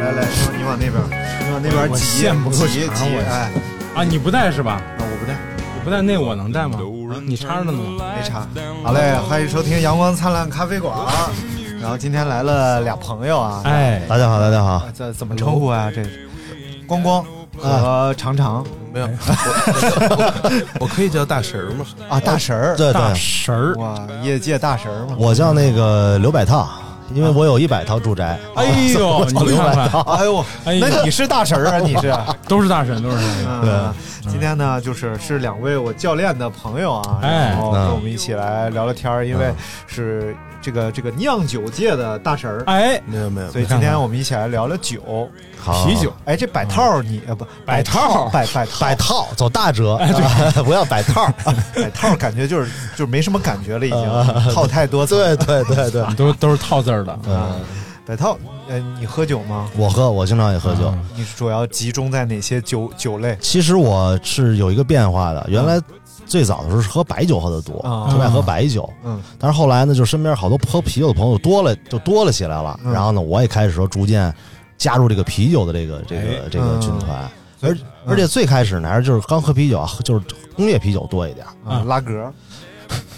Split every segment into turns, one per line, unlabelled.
来来，你往那边，你往那边
我
挤，
线不够
挤
长
挤，
我
哎，
啊，你不带是吧？
啊，我不带，
你不带那我能带吗？啊你插上了吗？
没差。好嘞，欢迎收听阳光灿烂咖啡馆。啊然后今天来了俩朋友啊，
哎，
大家好，大家好，
啊这怎么称呼啊？这是光光啊和常常
没有，我 我我可以叫大神儿吗？
啊，大神儿，
对
大
对，
哎神儿，
哇，业界大神儿嘛。
我叫那个刘百套，因为我有一百套住宅。
哎呦
哦
我叫刘百套，
哎呦，
哎
那
呦
你是大神儿啊？你是？
都是大神，都是大神。
嗯，今天呢，就是是两位我教练的朋友啊，
哎
然后跟
嗯
我们一起来聊聊天儿，因为是这个这个酿酒界的大神儿，
哎，
没有没有，
所以今天我们一起来聊聊酒。
好
啤酒，
哎，这摆套儿你呃不
摆套儿
摆 摆
百
摆
套走大折， 不要百套。
摆套儿，感觉就是就是没什么感觉了，已经
嗯
套太多次。
对对对对，嗯
都都是套字儿的。
啊，摆套，呃，你喝酒吗？嗯
我喝，我经常也喝酒。
你主要集中在哪些酒酒
啊
类？
其实我是有一个变化的，原来最早的时候是喝白酒喝的多，
啊
特别爱喝白酒。
嗯，
但是后来呢，就身边好多喝啤酒的朋友多了，就多了起来了。
嗯
然后呢，我也开始说逐渐加入这个啤酒的这个这
哎
个这个
嗯
军团。
所以嗯
而而且最开始呢，还是就是刚喝啤酒啊，就是工业啤酒多一点儿，
啊，拉格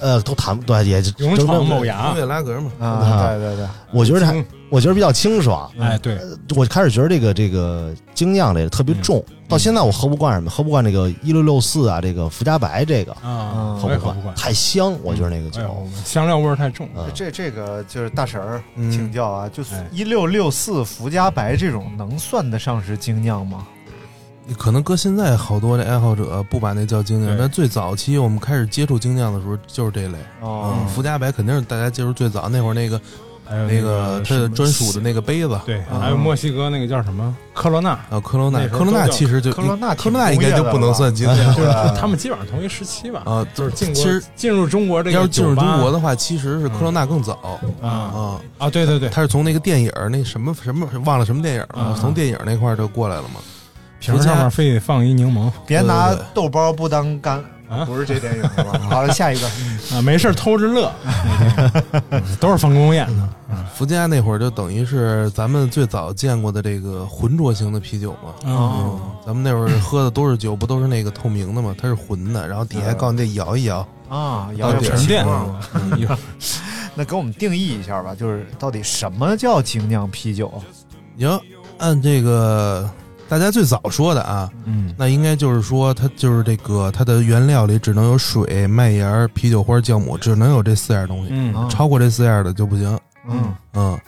呃，都谈不对，也就
勇
就
闯
是
某
东
牙，
北拉格嘛。
啊，对对对，
我觉得还
嗯
我觉得比较清爽。呃
哎，对，嗯
我开始觉得这个这个精酿这个特别重，到现在我喝不惯什么，喝不惯这个一六六四啊，这个福加白这个
嗯
啊，
喝
我也
不
喝不惯
惯，。太香，我觉得那个酒
哎。呦，香料味儿太重。
嗯
这这个就是大神儿
啊嗯
请教啊，就
哎
一六六四福加白这种能算得上是精酿吗？
可能搁现在好多的爱好者不把那叫精酿，
对
但最早期我们开始接触精酿的时候就是这类。
哦
嗯，福加白肯定是大家接触最早那会儿那个
还有
那个它
什
的
么
专属的那个杯子，
对，
啊
还有墨西哥那个叫什么科罗娜，
啊，科罗
那
娜，
时候
科罗娜
都叫
其实就
科罗娜挺
科罗娜应该就不能算精
工业的
酿
了吧
他们基本上同一时期吧。
啊，
就是进
其实
国进入中国这个
要是进入
酒吧
中国的话，其实是科罗娜更早
啊
啊。
啊，对对对，
他是从那个电影儿那什么什么忘了什么电影儿了
啊，
从电影儿那块儿就过来了嘛。
瓶上面非得放一柠檬
别
对
拿
对对
豆包不当干
啊，
不是这电影 是吧？好了，下一个
啊，没事儿偷着乐，嗯都是方公宴的。
福加那会儿就等于是咱们最早见过的这个浑浊型的啤酒嘛。
哦，
嗯，咱们那会儿喝的都是酒，不都是那个透明的嘛？它是浑的，然后底下告诉你得摇一摇。
啊，
到
姚
底
姚
是
晨
沉淀
嗯
一会儿
那给我们定义一下吧，就是到底什么叫精酿啤酒？啊
你要按这个大家最早说的啊，
嗯，
那应该就是说它就是这个它的原料里只能有水、麦芽儿、啤酒花、酵母，只能有这四样东西，
嗯
啊
超过这四样的就不行。
嗯
嗯，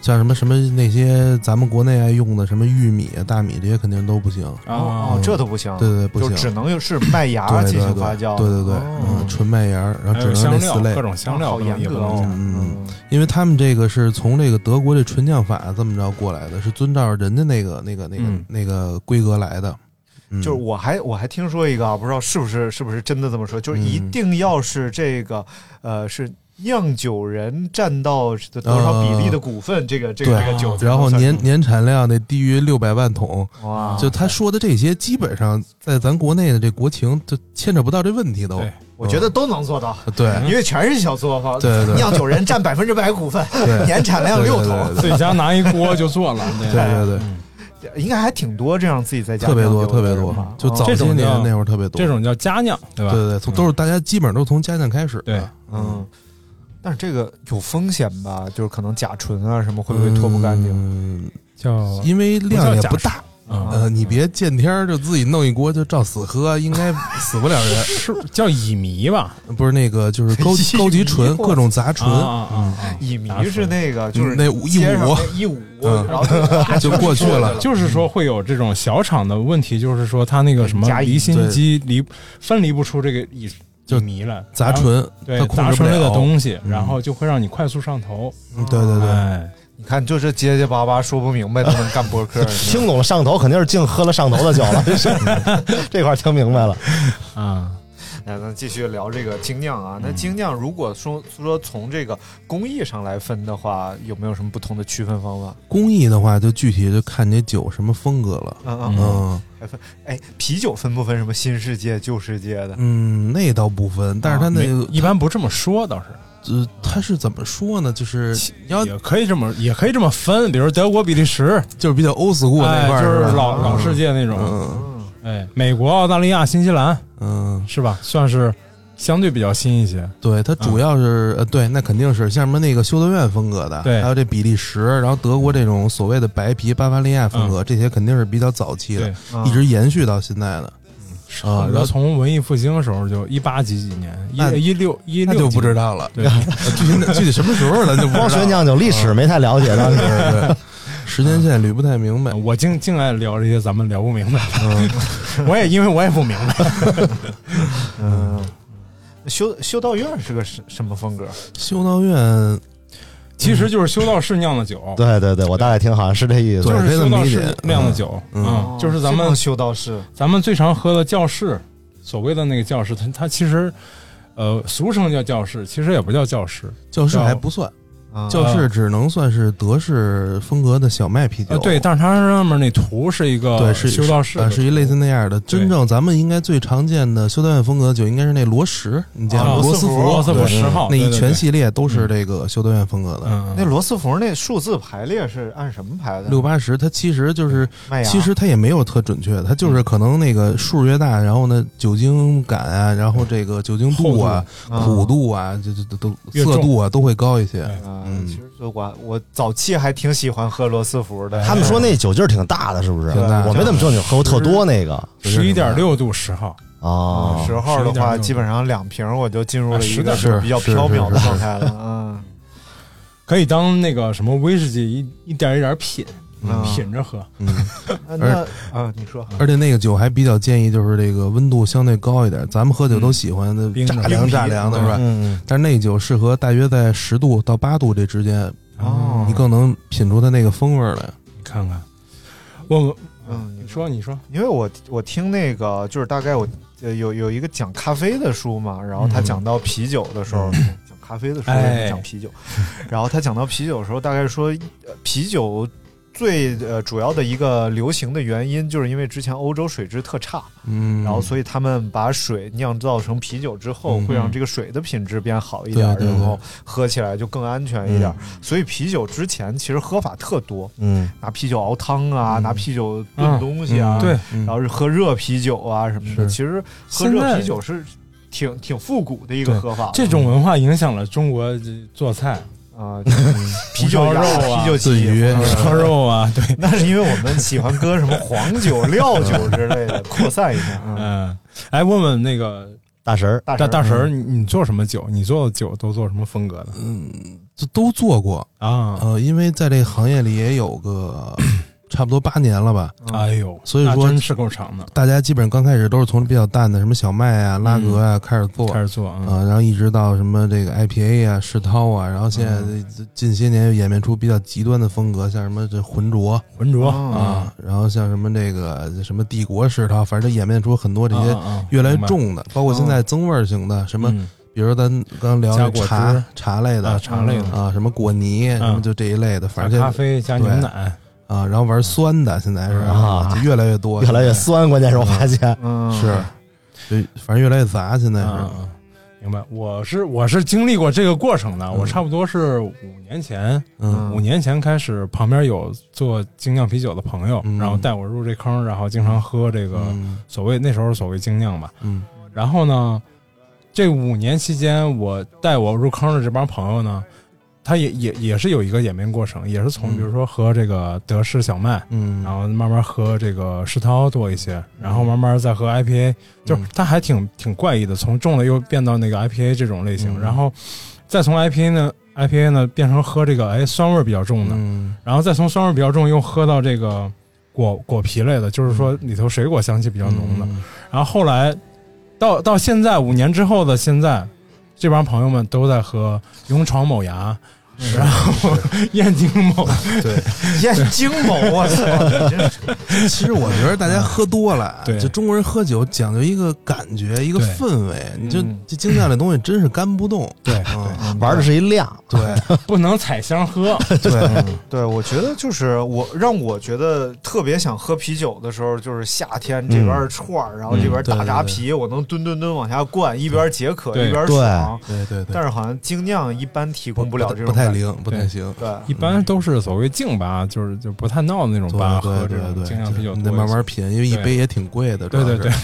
像什么什么那些咱们国内爱用的什么玉米啊、大米这些肯定都不行。
啊
哦，，这都不行，
对对，不
就
行，
只能有是麦芽
对
进
对
行
对
发酵，
对对对，
哦
嗯，纯麦芽儿，然后
还
只
有
能
香
那
料
四类
各，种香料
好
都
严
也不
格
能
哦，
加。
嗯，因为他们这个是从这个德国这纯酱法这么着过来的，是遵照人家那个那个那个、
嗯
那个规格来的，嗯、
就是我还我还听说一个啊，不知道是不是是不是真的这么说，就是一
嗯
定要是这个呃是酿酒人占到多少比例的股份，这个这个
嗯对
这个酒才
然
能
后
算
年
出
年产量得低于六百万桶，
哇，
就他说的这些，基本上在咱国内的这国情就牵扯不到这问题都
对，
我觉得都能做到，
对
因为全是小作坊，
嗯对对
酿酒人占百分之百股份，
对
年产量
对
六
对
桶，
对
自己家拿一锅就做了，
对对对，
应该还挺多这样自己在家
特别多
酿酒
特
的
别
人
多
吧，
就
哦
早
这
些
种
年
叫
那会儿特别多，
这种叫佳酿，对
嗯
吧？
啊对对对，从都是大家基本上都是从家酿开始的，
对
嗯，但是这个有风险吧？就是可能甲醇啊什么会不会脱不干净？
嗯，
叫
因为量也不
不叫
大。呃，你别见天儿就自己弄一锅就照死喝，应该死不了人。
是叫乙 醚吧？
不是那个，就是高级高级醇，各种杂醇。
啊啊啊啊！
乙醚是那个，就
嗯
是
那五一
街上
五
那一五，
嗯
然后就
就过去了嗯
就是说会有这种小厂的问题，就是说它那个什么
甲乙
离心机离分离不出这个乙
就
乙醚来啊
杂醇
然
它
后对
控制
杂醇
不
类
了
的东西，
嗯
然后就会让你快速上头。
嗯对对对，
哎，
你看，就这结结巴巴说不明白，都能干播 客。
听懂了上头，肯定是净喝了上头的酒 了，这是 这块儿听明白了。
啊，
那咱继续聊这个精酿啊。那精酿如果说说从这个工艺上来分的话，有没有什么不同的区分方法？
工艺的话，就具体就看你酒什么风格了。
嗯嗯
嗯
哎分哎，啤酒分不分什么新世界、旧世界的？
嗯，那倒不分，但是它那
没
个
一般不这么说，倒是
呃，它是怎么说呢？就是你要
也可以这么也可以这么分，比如德国、比利时，
就是比较欧 l 固那
哎
块儿，
就是
吧
老老世界那种，
嗯
哎，美国、澳大利亚、新西兰
嗯，
是吧？算是相对比较新一些。
对，它主要是呃，对，那肯定是像什么那个修道院风格的，
对
还有这比利时，然后德国这种所谓的白啤、巴伐利亚风格，这些肯定是比较早期的
对，
啊
一直延续到现在的。啊，
然
然
后
后
从文艺复兴的时候就一八几几年，
那
一一六一
那
六
就
几
不知道了，
对，
具体具体什么时候咱就不知道了
光学酿酒历史没太了解当
对
时。
对 对，时间线捋不太明白。
我净净爱聊这些咱们聊不明白，
嗯，
我也因为我也不明白。
嗯，修修道院是个什什么风格？
修道院
其实就是修道士酿的酒，
对对对，我大概听好像是这意
就
思。
是
对
修道
可以这么理
士
解
酿的酒，
嗯
哦
嗯，就是咱
这
们
帮修道士
咱们最常喝的教室，所谓的那个教室，它它其实，呃，俗称叫教室，其实也不叫教室，
教室还不算，
啊，
嗯
教室只能算是德式风格的小麦啤酒。
呃，对，但是它上面那图是一个
对，是
修道士
啊
的，
是一类似那样的。真正咱们应该最常见的修道院风格的酒，应该是那罗什，你见
啊
过罗斯福？
罗斯福
对
十号
那一
对对
全
对
系列都是这个修道院风格的。
嗯，
那罗斯福那数字排列是按什么排的？
六八十，它其实就是，
麦芽
其实它也没有特准确，它就是可能那个数越大，然后呢酒精感啊，然后这个酒精度啊、
厚度
苦度啊，这这都
越重
色度啊都会高一些。
哎
啊，
嗯
其实我我早期还挺喜欢喝罗斯福的。
他们说那酒劲儿挺大的，是不是？
挺大
我没怎么正经喝过特多那个
十一点六度十号，
哦，
啊十号的话，
11.6
基本上两瓶我就进入了一个
啊
是
比较
是
缥缈的
是
状态了。嗯，
可以当那个什么威士忌一一点一点品
嗯
品着喝，
嗯，
啊那啊，你说
而且那个酒还比较建议就是这个温度相对高一点，咱们喝酒都喜欢的
冰的
炸凉炸凉的是吧？
嗯，
但是那酒适合大约在十度到八度这之间，
哦
你更能品出它那个风味儿来。
你看看，我
嗯，
你说你说，
因为我我听那个就是大概我呃有有一个讲咖啡的书嘛，然后他讲到啤酒的时候，讲咖啡的书
哎
讲啤酒， 然后他讲到啤酒的时候，大概说呃啤酒最呃主要的一个流行的原因，就是因为之前欧洲水质特差，
嗯，
然后所以他们把水酿造成啤酒之后，
嗯
会让这个水的品质变好一点儿，
对对对
然后喝起来就更安全一点
嗯
儿。所以啤酒之前其实喝法特多，
嗯，
拿啤酒熬汤啊，拿啤酒炖东西
嗯
啊，
嗯对，
嗯
然后是喝热啤酒啊什么的。
是
其实喝
现
热
在
啤酒是挺挺复古的一个
对
喝法，
这种文化影响了中国这做菜，
啊，就是 啤酒鸭
嗯红烧肉啊
啤酒
炖
鸡
鱼
嗯
烧肉啊，对，
那是因为我们喜欢搁什么黄 酒、料酒之类的，扩散一下。嗯，
嗯，哎，问问那个
大神儿，
大
大大
神
神
儿
儿，
嗯
你你做什么酒？你做的酒都做什么风格的
这都做过，
啊？
呃，因为在这个行业里也有个 差不多八年了吧，
哎呦，
嗯所以
那
说
真是够长的，
大家基本上刚开始都是从比较淡的什么小麦啊、拉格啊开始做，
嗯开始做嗯啊，
啊，然后一直到什么这个 IPA 啊、世涛啊，然后现在这近些年又演变出比较极端的风格，像什么这浑浊
浑浊
嗯
啊，然后像什么这个什么帝国世涛，反正就演变出很多这些
啊啊
越来
明
越
白
重的，包括现在增味儿型的，什么
嗯
比如说咱刚聊
加
的
果
茶
汁
茶类
啊
的
茶类的
啊，什么果泥什么就这一类的，
加
反正
咖啡加牛
对
奶，
啊，然后玩酸的现在是
啊
就越来越多，
越来越酸，关键是我发现，
嗯，
是，就反正越来越杂，现在是
啊，啊明白？我是我是经历过这个过程的，我差不多是五年前，
嗯
五年前开始，旁边有做精酿啤酒的朋友
嗯，
然后带我入这坑，然后经常喝这个
嗯
所谓那时候所谓精酿吧。
嗯
然后呢，这五年期间，我带我入坑的这帮朋友呢，他也也也是有一个演变过程，也是从比如说喝这个德式小麦，
嗯，
然后慢慢喝这个世涛多一些，然后慢慢再喝 IPA，就是他还挺挺怪异的，从重的又变到那个 IPA 这种类型，然后再从 IPA 呢 IPA 呢变成喝这个哎酸味比较重的，
嗯
然后再从酸味比较重又喝到这个果果皮类的，就是说里头水果香气比较浓的，然后后来到到现在五年之后的现在，这帮朋友们都在喝勇闯某牙。然后燕京某，
对
嗯
燕京某， 我操！
其实我觉得大家喝多了，对，就中国人喝酒讲究一个感觉，一个氛围。你就这精酿这东西真是干不动，
对，
嗯
玩的是一量，
对，
不能踩香喝。
嗯
对对，我觉得就是我让我觉得特别想喝啤酒的时候，就是夏天这边串儿，然啊后这边大闸皮，我能吨吨吨往下灌，一边解渴一边爽。
对对对。
但是好像精酿一般提供不了这种，
不太灵，不太行。
对，
一般都是所谓静吧，就是就不太闹的那种吧，
对
喝这
对
种
对，
精酿啤酒
你得
多
慢慢
些
品，因为一
对
杯也挺贵的。主要
对对
是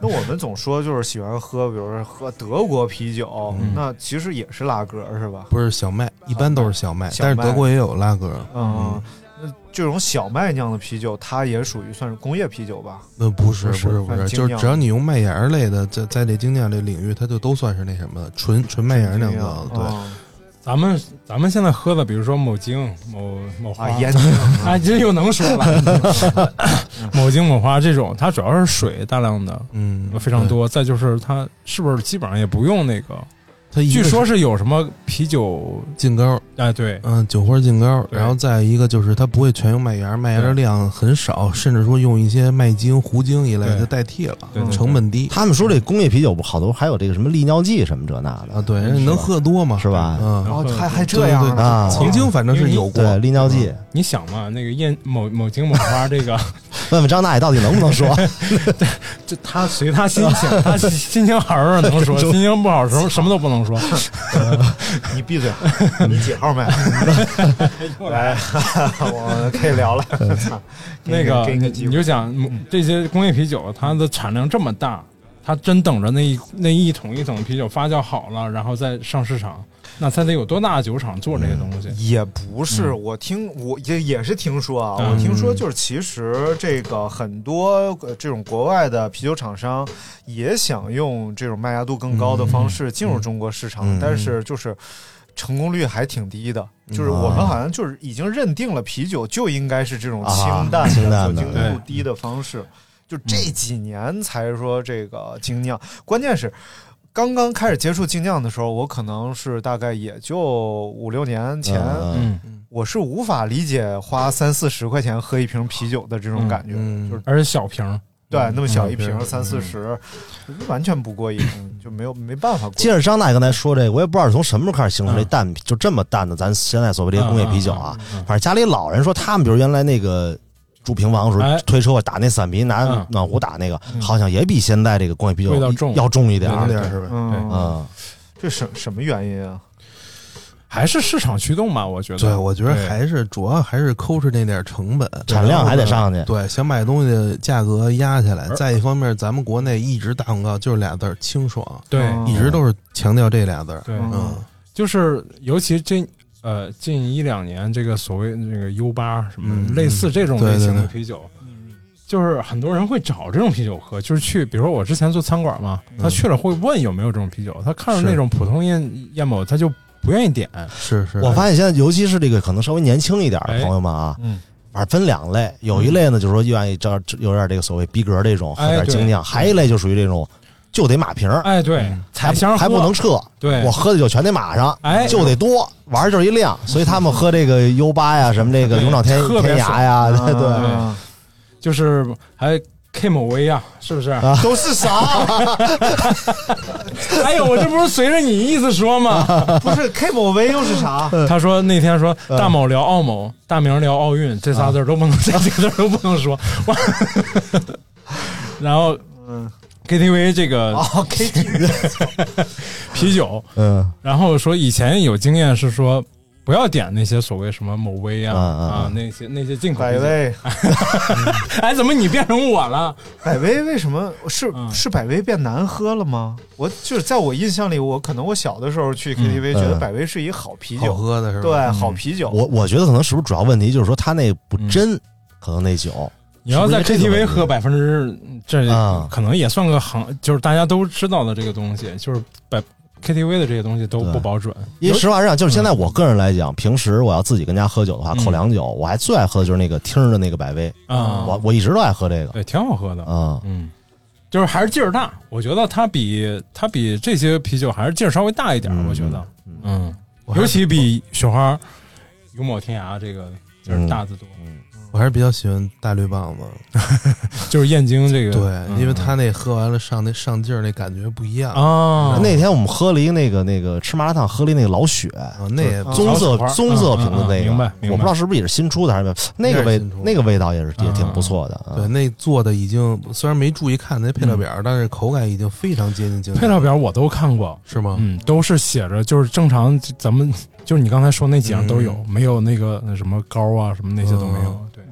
那我们总说就是喜欢喝，比如说喝德国啤酒，那其实也是拉格是吧？
嗯不是小麦，一般都是小麦，
小
但
麦
是德国也有拉格。
嗯，那这种小麦酿的啤酒，它也属于算是工业啤酒吧？
那呃不是
不
不
是
是不
算
是，
精
就是
酿
只要你用麦芽儿类的，在在这精酿这领域，它就都算是那什么的，纯纯麦芽儿酿造的。对，
哦
嗯
咱们咱们现在喝的，比如说某精、某某花
啊，燕京
啊，这又能说 了。某精某花这种，它主要是水大量的，
嗯，
非常多。再就是它是不是基本上也不用那个，
它一
据
个
说是有什么啤酒
净高，
哎，对，
嗯，酒花净高，
对
然后再一个就是它不会全用麦芽儿，麦芽儿的量很少，甚至说用一些麦精、糊精一类
对
的代替了
对对，对
成本低。
他们说这工业啤酒不好多，还有这个什么利尿剂什么这那的啊，
对，能喝多嘛，
是吧？
嗯，
哦还还这样呢
啊，
曾经反正是有过
对利尿剂。
你想嘛，那个燕某某精某花这个，
问问张大爷到底能不能 说？
这他随他心 情，他心情好的时候能说，心情不好的时候什么都不能 说。
你闭 嘴，你几号麦？来， 我们可以聊了。
那 个
给你
你
个机
你
会
就讲
嗯
这些工业啤酒，它的产量这么大，它真等着那一那一桶一桶的啤酒发酵好了，然后再上市场，那它得有多大的酒厂做这些东西？
也不是，
嗯
我听我也也是听说啊，
嗯
我听说就是其实这个很多呃这种国外的啤酒厂商也想用这种麦芽度更高的方式进入中国市场，
嗯
但是就是成功率还挺低的。就是我们好像就是已经认定了啤酒就应该是这种清淡
啊清
的、
淡
酒
的
精度低的方式，就这几年才说这个精酿，关键是。刚刚开始接触精酿的时候，我可能是大概也就五六年前，
嗯
我是无法理解花三四十块钱喝一瓶啤酒的这种感觉，
嗯
就是
而且小瓶儿，
对那么小一
嗯
瓶三四十，完全不过瘾，就没有没办法过。
接着张大爷刚才说这个，我也不知道是从什么时候开始形成
嗯
这淡，就这么淡的，咱现在所谓这些工业啤酒啊，
嗯
反正家里老人说他们，比如原来那个住平房的时候、
哎
推车打那散啤，拿
嗯
暖壶打那个，好像也比现在这个工业啤酒
味道重
要重一点，
对对对
吧？
嗯
嗯，
这什什么原因啊？
还是市场驱动吧，我觉得。
对，我觉得
对
还是主要还是抠哧那点成本，
产量还得上去
对，想把东西的价格压下来。再一方面，咱们国内一直打广告就是俩字儿清爽，
对
嗯
一直都是强调这俩字儿。
对，
嗯，
就是尤其这呃近一两年，这个所谓这个 U 八什么的
嗯
类似这种
对
类型
对
的
对
啤酒，就是很多人会找这种啤酒喝，就是去，比如说我之前做餐馆嘛，他去了会问有没有这种啤酒，他看着
嗯是
那种普通燕燕某，他就不愿意点。
是是
我发现现在，尤其是这个可能稍微年轻一点的朋友们啊，
嗯，
反正分两类，有一类呢就是说愿意这有点这个所谓逼格这种，喝
哎
点
对
精酿；还有一类就属于这种就得码瓶儿，嗯
哎，对，
还
彩箱
还不
喝
能撤，
对
我喝的酒全得码上，
哎
就得多玩儿就是一量，所以他们喝这个 U 八呀，什么这个
对
勇闯天
特别
天
爽
涯呀，对对，
嗯
啊就是还 K 某威啊，是不是？
都是啥？
哎呦，我这不是随着你意思说吗？
不是 K 某 V 又是啥？
他说那天说大某聊奥某，大明聊奥运，这仨字儿都不能， 这几个字儿都不能说。哇然后
嗯
KTV 这个
哦 K T
啤酒，
嗯，
然后说以前有经验是说，不要点那些所谓什么某威啊啊那些那些进 口
百威，
哎，怎么你变成我了？
百威为什么是是百威变难喝了吗？我就是在我印象里，我可能我小的时候
嗯
去 KTV 觉得百威是一好啤
好
酒，
喝的是吧？
对，好啤酒。
我我觉得可能是不是主要问题就是说他那不
嗯
真，可能那酒。
你要在 KTV 喝百分之这
啊
可能也算个行，就是大家都知道的这个东
嗯
西，就是百。KTV 的这些东西都不保准，
因为实话讲，就是现在我个人来讲，嗯、平时我要自己跟家喝酒
嗯
的话，口粮酒，我还最爱喝的就是那个听的那个百威
啊，
我我一直都爱喝这个，
对，挺好喝的
啊，
嗯，就是还是劲儿大，我觉得它比它比这些啤酒还是劲儿稍微大一点，
嗯、
我觉得，嗯，尤其比雪花、勇猛天涯这个劲儿大得多。
嗯
我还是比较喜欢大绿棒子，
就是燕京这个，
对，因为他那喝完了上那上劲儿那感觉不一样
嗯啊。
那天我们喝了一个那个那个吃麻辣烫，喝了一那个老雪，
那
棕色棕
嗯
色瓶子
那
个，我不知道是不是也是新出的还是那个味那个味道也是也挺不错的。
啊对，那做的已经虽然没注意看那配料表，但是口感已经非常接近经典。
嗯配料表我都看过，
是吗？
嗯，都是写着就是正常，咱们就是你刚才说那几样都
嗯
有，没有那个什么膏啊什么那些都没有。对。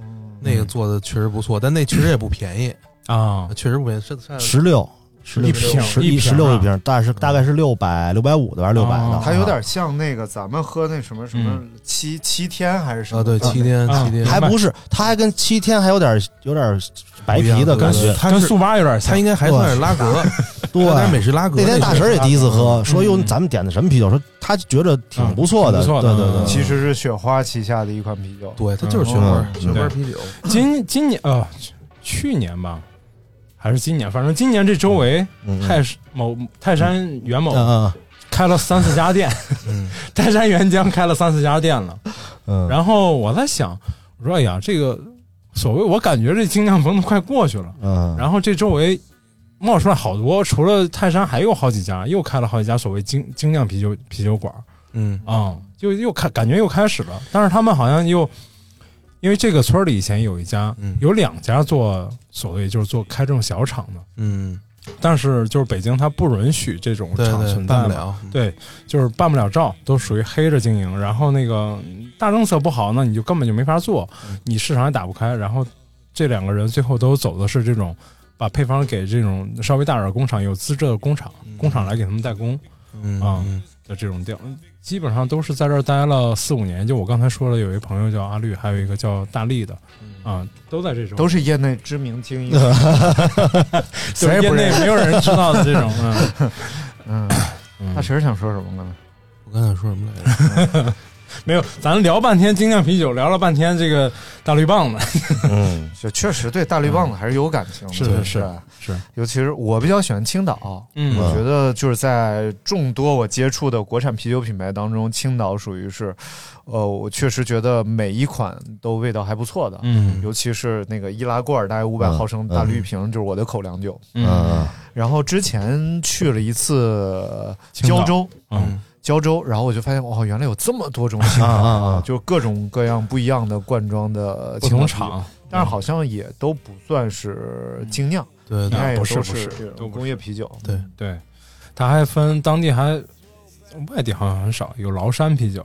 那个做的确实不错，但那确实也不便宜
啊，
确实不便宜，
十六，十
一瓶，啊
一十六
一
瓶，大是大概是六百六百五的吧，六百
啊
的，
它有点像那个咱们喝那什么什么
嗯
七七天还是什么？
啊，对，七天七
啊
天，
还不是，它还跟七天还有点有点白皮的感觉，
跟速八有点，
它应该还算是拉格，
对，
美式拉格。
那天大婶也第一次喝，说哟，咱们点的什么啤酒？说他觉得挺不错的，对对对，
其实是雪花旗下的一款啤酒，
对，它就是雪花雪花啤酒。
今今年啊。去年吧，还是今年，反正今年这周围
嗯
泰某泰山元某开了三四家店， 泰山元江开了三四家店了。
嗯，
然后我在想，我说哎呀，这个所谓我感觉这精酿棚都快过去了。
嗯，
然后这周围冒出来好多，除了泰山还有好几家，又开了好几家所谓精精酿啤酒啤酒馆。
嗯
啊，就又开感觉又开始了，但是他们好像又。因为这个村里以前有一家，
嗯、
有两家做所谓就是做开这种小厂的，
嗯，
但是就是北京它不允许这种厂存在
办不了，
对，就是办不了照，都属于黑着经营。然后那个大政策不好，那你就根本就没法做，你市场也打不开。然后这两个人最后都走的是这种，把配方给这种稍微大点工厂有资质的工厂，工厂来给他们代工，
嗯
啊、嗯、的这种调。基本上都是在这儿待了四五年。就我刚才说了，有一朋友叫阿绿，还有一个叫大力的，啊，都在这种，
都是业内知名精英，
就是业内没有人知道的这种。
嗯，大婶想说什么刚才？
我刚想说什么来着？
没有，咱聊半天精酿啤酒，聊了半天这个大绿棒
子。嗯，
就确实对大绿棒子还是有感情的。
是
是
是是，
尤其是我比较喜欢青岛。
嗯，
我觉得就是在众多我接触的国产啤酒品牌当中，青岛属于是，呃，我确实觉得每一款都味道还不错的。
嗯，
尤其是那个易拉罐，大概五百毫升大绿瓶，就是我的口粮酒。
嗯，
然后之前去了一次胶州。
嗯。
胶州，然后我就发现哦，原来有这么多种型
啊，
就是各种各样不一样的罐装的
不同厂，
但是好像也都不算是精酿，
对，
应该
不
是
不是
工业啤酒，嗯
对
对，它还分当地还外地好像很少有崂山啤酒，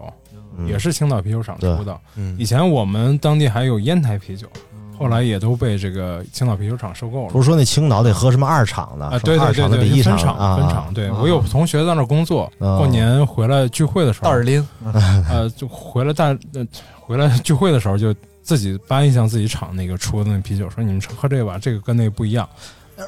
嗯
也是青岛啤酒厂出的，以前我们当地还有烟台啤酒，
嗯
后来也都被这个青岛啤酒厂收购了。
不是说那青岛得喝什么二厂的
啊？对对对
对，
分厂
啊，
分厂。对我有同学在那工作，过年回来聚会的时候，
袋儿拎，
呃，就回来带回来聚会的时候就自己搬一箱自己厂那个出的那啤酒，说你们喝这个吧，这个跟那个不一样。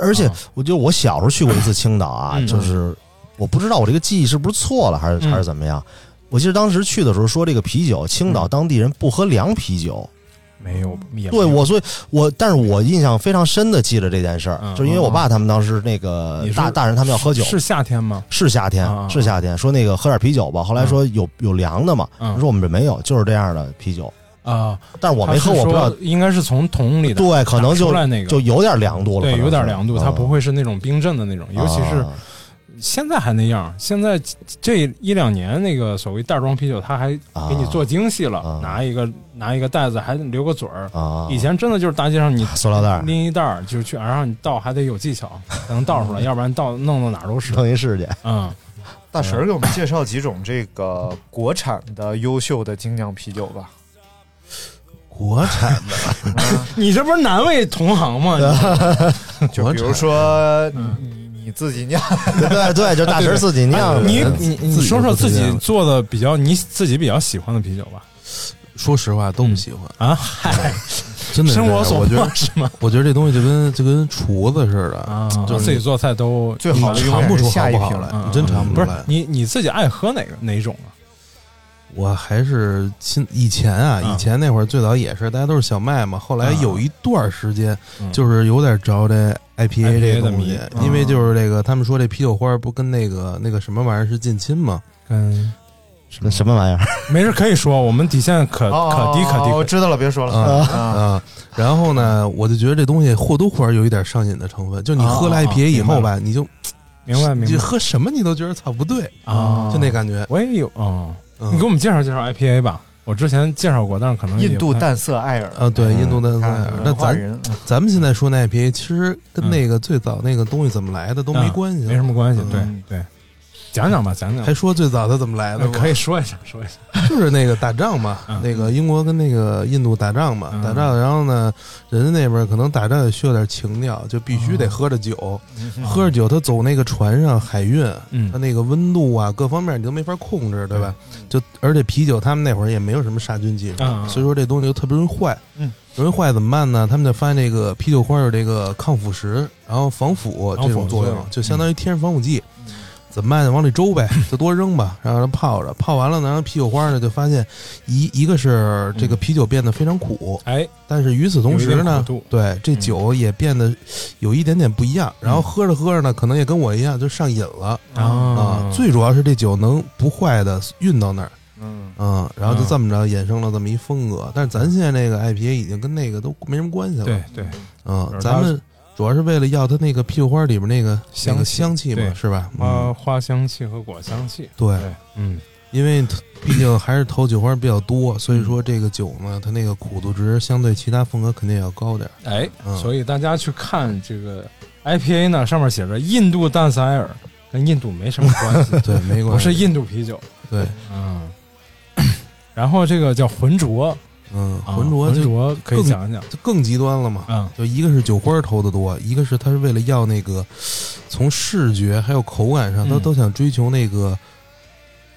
而
嗯
且我觉得我小时候去过一次青岛啊，就是 我不知道我这个记忆是不是错了，还
嗯
是还是怎么样。我记得当时去的时候说这个啤酒，青岛当地人不喝凉啤酒。
嗯没有，也
对我，所以我，但是我印象非常深的记着这件事
嗯
儿，就是因为我爸他们当时那个大大人他们要喝酒，
是嗯夏天吗？
是夏天，是夏天，说那个喝点啤酒吧，后来
嗯
说有有凉的嘛，说我们这没有，就是这样的啤酒
啊，
但是我没喝，我不知道，
应该是从桶里的，
对，可能就
来那个
就有点凉度了，
对，有点凉
嗯
度，它不会是那种冰镇的那种，尤其是。
啊
现在还那样，现在这一两年那个所谓袋装啤酒，它还给你做精细了，
啊、
拿一个拿一个袋子，还留个嘴儿。
啊、
以前真的就是大街上你
塑料袋
拎一袋儿就
嗯
去，然后你倒还得有技巧才能倒出来，要不然倒弄到哪儿都是。
弄一世界，
嗯，
大婶儿给我们介绍几种这个国产的优秀的精酿啤酒吧。
国 产的，
你这不是难为同行吗？
啊
就比如说你你自己酿，
对对，就大神自己酿。
你你你说说自己做的比较你自己比较喜欢的啤酒吧。
说实话，都不喜欢
啊，嗨，
真的
生活所迫
是
吗？
我觉得这东西就跟就跟厨子似的
啊，
就是
自己做菜都啊
最好
尝不出好不好
来，
你真尝不出
嗯不是
来。
你你自己爱喝哪个哪种啊？
我还是亲以前啊，
嗯
以前那会儿最早也是大家都是小麦嘛，后来有一段时间
嗯
就是有点着这 IPA 这个东西
IPA 的迷，嗯
因为就是这个他们说这啤酒花不跟那个那个什么玩意儿是近亲嘛，
嗯，
什什么玩意儿？
没事可以说，我们底线可
哦
可低可低。
我哦知道了，别说了嗯
啊啊！然后呢，我就觉得这东西或多或少有一点上瘾的成分，就你喝了
啊啊
IPA 以后
明白
吧，你就
明白明
就
白
喝什么你都觉得操不对
啊
就那感觉。
我也有啊，
嗯
你给我们介绍介绍 IPA 吧。我之前介绍过，但是可能也
印度
不太
淡色艾尔
啊，对，印度的菜
嗯
那
文化人
咱咱们现在说那 IPA，其实跟那个最早那个东西怎么来的都没
嗯
关系，啊
没什么关系。对
嗯
对，讲讲吧，讲讲吧
还。说最早它怎么来的
呃
吗？
可以嗯说一下，说一下。
就是那个打仗嘛，那个英国跟那个印度打仗
嗯
嘛，打仗，然后呢，人家那边可能打仗也需要点情调，就必须
嗯
得喝着酒，喝着酒他走那个船上海运，
嗯
他那个温度啊各方面你都没法控制，对吧？就而且啤酒他们那会儿也没有什么杀菌技术，
嗯嗯
所以说这东西就特别容易坏，
嗯，
容易坏怎么办呢？他们就发现这个啤酒花有这个抗腐蚀，然后防腐这种作用
防腐作用，嗯
就相当于天然防腐剂。怎么办呢？往里周 呗，就多扔吧，然后让它泡着，泡完了呢，然后啤酒花呢就发现一一个是这个啤酒变得非常苦，
哎，
但是与此同时
有一点
呢
苦度，嗯
对这酒也变得有一点点不一样，然后喝着喝着呢，可能也跟我一样就上瘾了
啊
啊。最主要是这酒能不坏的运到那儿。
嗯
嗯，然后就这么着衍生了这么一风格，但是咱现在这个 IPA 已经跟那个都没什么关系了。
对对，
嗯，咱们主要是为了要它那个啤酒花里边那个那个香气嘛
对，
是吧？嗯
花花香气和果香气。
对，
嗯，
因为它毕竟还是投酒花比较多，所以说这个酒呢，它那个苦度值相对其他风格肯定要高点儿。
哎，
嗯，
所以大家去看这个 IPA 呢，上面写着印度淡色艾尔，跟印度没什么关系
对没关系
不是印度啤酒。
对，
嗯。然后这个叫浑浊，
嗯，
啊
浑浊
浑
就
浊可以
更
讲一讲，
就更极端了嘛。
嗯，
就一个是酒花投的多，一个是它是为了要那个从视觉还有口感上，它
嗯
都想追求那个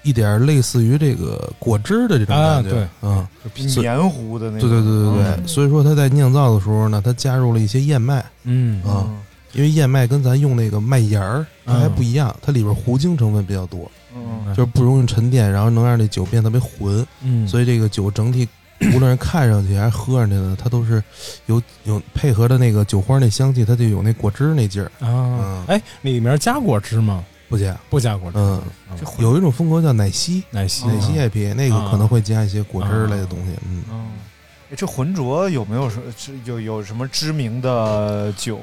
一点儿类似于这个果汁的这种
啊
感觉。
对
嗯，
比
所以
黏糊的那
对
种。
对对对对，所以说它在酿造的时候呢，它加入了一些燕麦。
嗯
啊，因为燕麦跟咱用那个麦芽儿它还
嗯
不一样，它里边糊精成分比较多，
嗯
就是不容易沉淀，然后能让这酒变得特别浑。
嗯
所以这个酒整体无论是看上去还是喝上去呢，它都是 有有配合的那个酒花那香气，它就有那果汁那劲儿。
啊，哎，里面加果汁吗？
不加，
不加果汁。啊
嗯，有一种风格叫奶昔，
奶昔
奶昔
啊
IPA，那个可能会加一些果汁类的东西。嗯，
哎这浑浊有没有什是有有什么知名的酒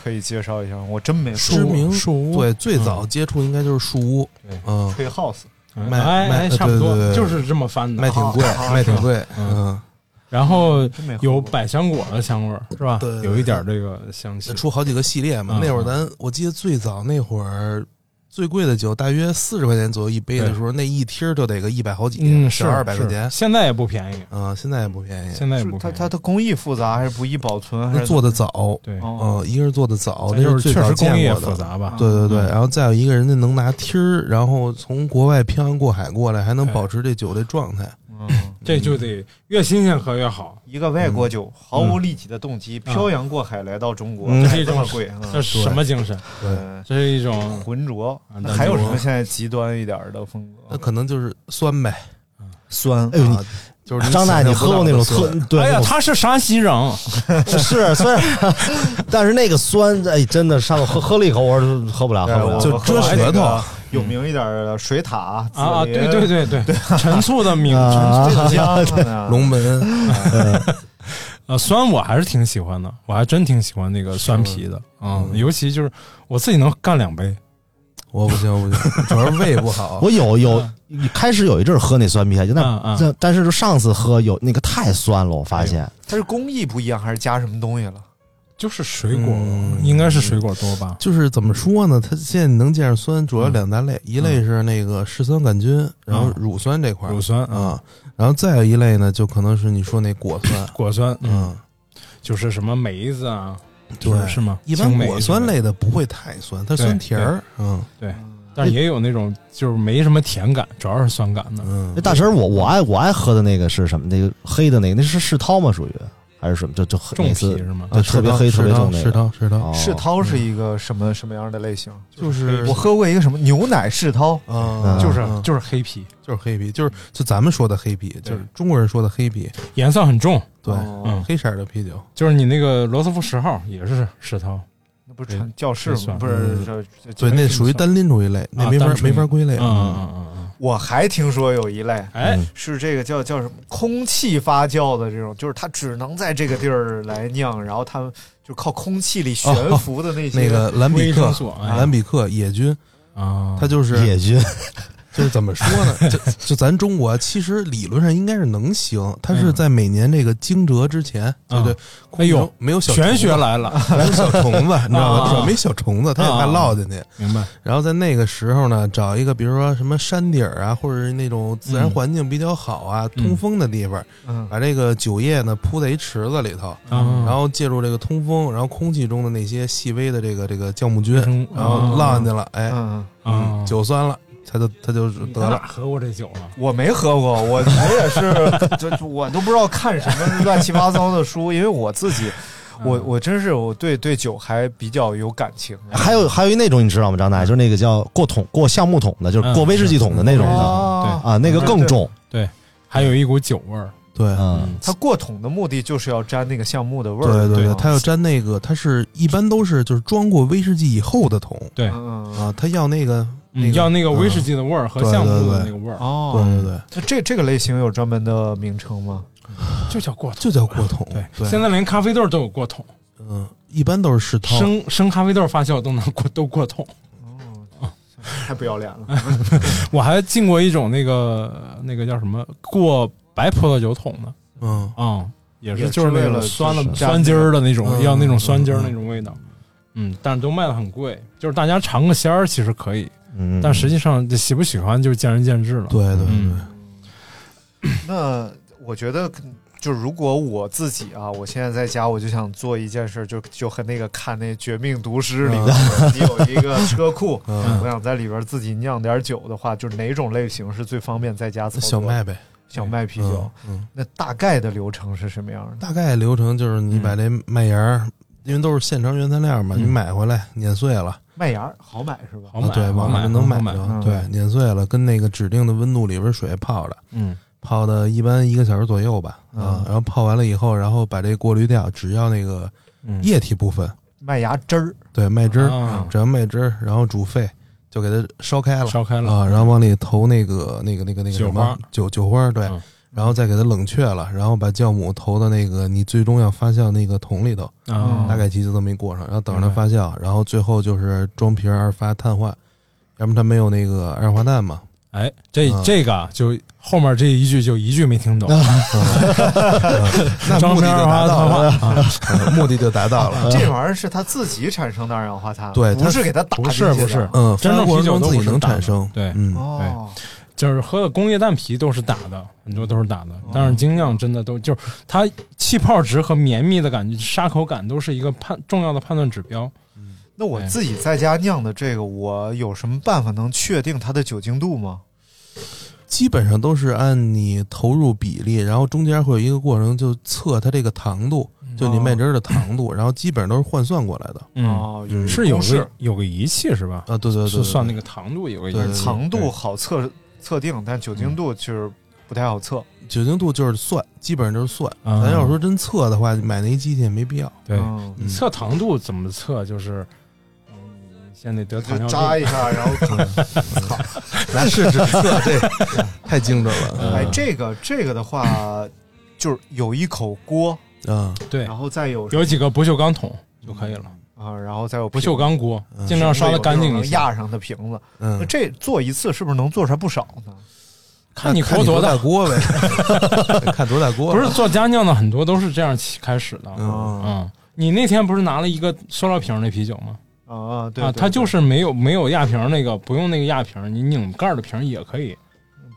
可以介绍一下吗？我真没
知名对，最早
嗯
接触应该就是树屋，嗯，
吹 house
卖
哎
卖呃
哎，差不
对对
多
对
就是这么翻的，
卖挺
啊
贵，卖挺贵，嗯。
然后
没喝
有百香果的香味儿，是吧？
对对对
有一点这个香气。
出好几个系列嘛。
嗯
那会儿咱我记得最早那会儿最贵的酒大约四十块钱左右一杯的时候，那一听就得个一百好几，
嗯，是
小二百
是
块钱。
现在也不便宜，
嗯，现在也不便宜，
现在也
是
不
它
便宜。
它它工艺复杂还是不易保存？还
那
是
做的早，
对
哦
嗯，一个是做的早，
咱
这
哦就是
最
确
早
实工
见
业
过的啊
复杂嗯吧
对对对，然后再有一个人家能拿梯儿，然后从国外漂洋过海过来，还能保持这酒的状态。
这就得越新鲜喝越好。
一个外
嗯
国酒毫无利己的动机，漂洋过海来到中国，
嗯
还
这
这
种
么贵，嗯
这是什么精神？
对，
这是一种
浑浊
啊。
那还有什么
淡浊
现在极端一点的风格？
哦
那可能就是酸呗，
酸
哎呦你
啊就是你
张大，
想
你
象不
喝过
到
那
的
种
酸
特对？
哎呀
那，种
他是山西人，啊
是 虽然，但是那个酸，哎，真的上喝喝了一口，我说喝不了，喝不了，
我喝完那个
啊
有名一点的水塔紫
啊，
林
对对对对，陈醋的名，
啊
陈醋的
这
香
个香啊
龙门，
呃，酸我还是挺喜欢的，我还真挺喜欢那个酸啤的，嗯，尤其就是我自己能干两杯，
我不行我不行，主要是胃不好。
我有有开始有一阵儿喝那酸啤酒，
嗯
那
嗯
但但是就上次喝有那个太酸了，我发现
它是工艺不一样，还是加什么东西了？
就是水果，
嗯
应该是水果多吧？
就是怎么说呢？它现在能见着酸，主要
嗯
两大类，一类是那个嗜酸杆菌，然后乳酸这块儿，
乳酸嗯
啊，然后再有一类呢，就可能是你说那果酸，
果酸，
嗯，
就是什么梅子啊，
对，
是吗？
一般果酸类的不会太酸，它酸甜儿，嗯，
对。但也有那种就是没什么甜感，主要是酸感的。
嗯，
那大神，我我爱我爱喝的那个是什么？那个黑的那个，那是世涛吗？属于还是什么？就就
重
每次
皮是吗
啊
对，特别黑，特别重那个。哦
世涛，世
涛，
世涛是一个什么什么样的类型？
哦就是
我喝过一个什么牛奶世涛，
嗯，
就是
就是黑啤，
就是黑啤，就是就咱们说的黑啤，就是中国人说的黑啤，
颜色很重，嗯
对，
哦
黑色的啤酒。
就是你那个罗斯福十号也是世涛。
那不是教室吗？不
嗯
是，这这
对，那属于单拎出一类，那没法没法归类。
啊嗯嗯
我还听说有一类，
哎，
嗯
是这个叫叫什么空气发酵的这种，就是它只能在这个地儿来酿，然后它就靠空气里悬浮的那些、
哦那个兰比克
维生素，哎
兰比克野菌
啊，
它嗯就是
野菌，
就是怎么说呢？就就咱中国啊其实理论上应该是能行，它是在每年这个惊蛰之前，对对，
嗯哎呦
空中没有小
玄
虫子
学啊 来了
没有小虫子，你知道
啊
吗？只要没小虫子，它也怕落进去。
明白？
然后在那个时候呢，找一个比如说什么山顶儿啊，或者是那种自然环境比较好啊、通风的地方，
嗯
把这个酒液呢铺在一池子里头，
嗯
然后借助这个通风，然后空气中的那些细微的这个这个酵母菌，
嗯
然后落进去了，哎，
嗯
嗯
酒酸了，它就它就得了
咱俩。喝过这酒啊了？
我没喝过，我我也是， 就就我都不知道看什么乱七八糟的书，因为我自己，我
嗯
我真是我对对酒还比较有感情。啊
还有还有一那种你知道吗？张
嗯
大爷，就是那个叫过桶过橡木桶的，就是过威士忌桶的那种的。
对
哦
啊那个更重
对，还有一股酒味儿。
对，
嗯，
它过桶的目的就是要沾那个橡木的味儿。
对对
吧
它要沾那个，它是一般都是就是装过威士忌以后的桶，
对
嗯
啊，它要那个那个
嗯，要那个威士忌的味儿和橡木的那个味儿，
哦，
对对对，
那这这个类型有专门的名称吗？
就叫过桶。
就叫过桶，对，
啊现在连咖啡豆都有过桶，
嗯，一般都是世涛，
生生咖啡豆发酵都能过都过桶。
太不要脸了。
我还进过一种那个那个叫什么过白葡萄酒桶的，
嗯
嗯，也
也
是
是
就是那
为
种
了
酸了
就是
酸筋儿的那种，
嗯
要那种酸筋儿那种味道，嗯，但是都卖的很贵，就是大家尝个鲜儿其实可以，
嗯
但实际上这喜不喜欢就见仁见智了。
对对
嗯
那我觉得，就如果我自己啊，我现在在家，我就想做一件事，就就和那个看那《绝命毒师》里边，你有一 个车库，
嗯
我想在里边自己酿点酒的话，就是哪种类型是最方便在家操作？
小麦，呗，
小麦啤酒。
嗯，嗯
那大概的流程是什么样的？
大概流程就是你把这麦芽儿，因为都是现成原材料嘛，你买回来碾碎了，
麦芽好买是吧？
嗯好买
啊对，
好
网
买
上能买
好买
着
嗯，
对，碾碎了，跟那个指定的温度里边水泡着，
嗯，
泡的一般一个小时左右吧，啊，然后泡完了以后，然后把这过滤掉，只要那个
嗯
液体部分，
麦芽汁儿，
对，麦汁
啊
儿，只要麦汁儿，然后煮沸。就给它烧开了，
烧开了
啊，然后往里投那个、那个、那个、那个
酒
什
花
么酒酒花，对，
嗯
然后再给它冷却了，然后把酵母投到那个你最终要发酵那个桶里头，
啊
大概其就这么一过程，然后等着它
明白
发酵，然后最后就是装瓶二发碳化，要么它没有那个二氧化碳 嘛。
哎，这
嗯
这个啊就后面这一句就一句没 听懂，
那
张
目的
三
就
儿
达
啊
到了，
他妈
嗯目的就达到
啊
了。
这玩意儿是它自己产生的二氧化碳，
对它
不是给它打
不
进去
是
的，
不是，哎
嗯，
真
发
正
过程
啤酒
中
都
自
不
己
是
能
打的
产生，
对
嗯，
哦，
就是喝的工业淡啤都是打的，很多都是打的，但是精酿真的都就是它气泡值和绵密的感觉、沙口感都是一个判重要的判断指标。
那我自己在家酿的这个，我有什么办法能确定它的酒精度吗？
基本上都是按你投入比例，然后中间会有一个过程，就测它这个糖度，就你麦汁儿的糖
哦
度，然后基本上都是换算过来的。
嗯，
哦，
嗯
是有
公式
个有个仪器是吧？
啊，对对对
是
对，
算
对
那个糖度有个仪
对对
器，
糖度好测测定，但酒精度就是
嗯
不太好测。
酒精度就是算，基本上就是算。
啊
咱要说真测的话，买那一机器也没必要。
对。
嗯
你测糖度怎么测？就是嗯你现在得糖
就
尿
扎
病，
一下，然后
那是只测 这太精准
嗯
了。
哎，这个这个的话，就是有一口锅，
嗯，
对，
然后再有
有几个不锈钢桶就可以了，
啊，然后再有
不锈钢锅，
嗯
尽量刷的干净一
能
些。
压上的瓶子。那
嗯，
这做一次是不是能做出来不少呢？
看你
看
锅
多
大，
锅 呗，看多大锅。
不是做家酿的很多都是这样起开始的。
嗯
嗯，你那天不是拿了一个塑料瓶儿那啤酒吗？
啊，对
啊，它就是没有没有压瓶那个，不用那个压瓶，你拧盖儿的瓶也可以，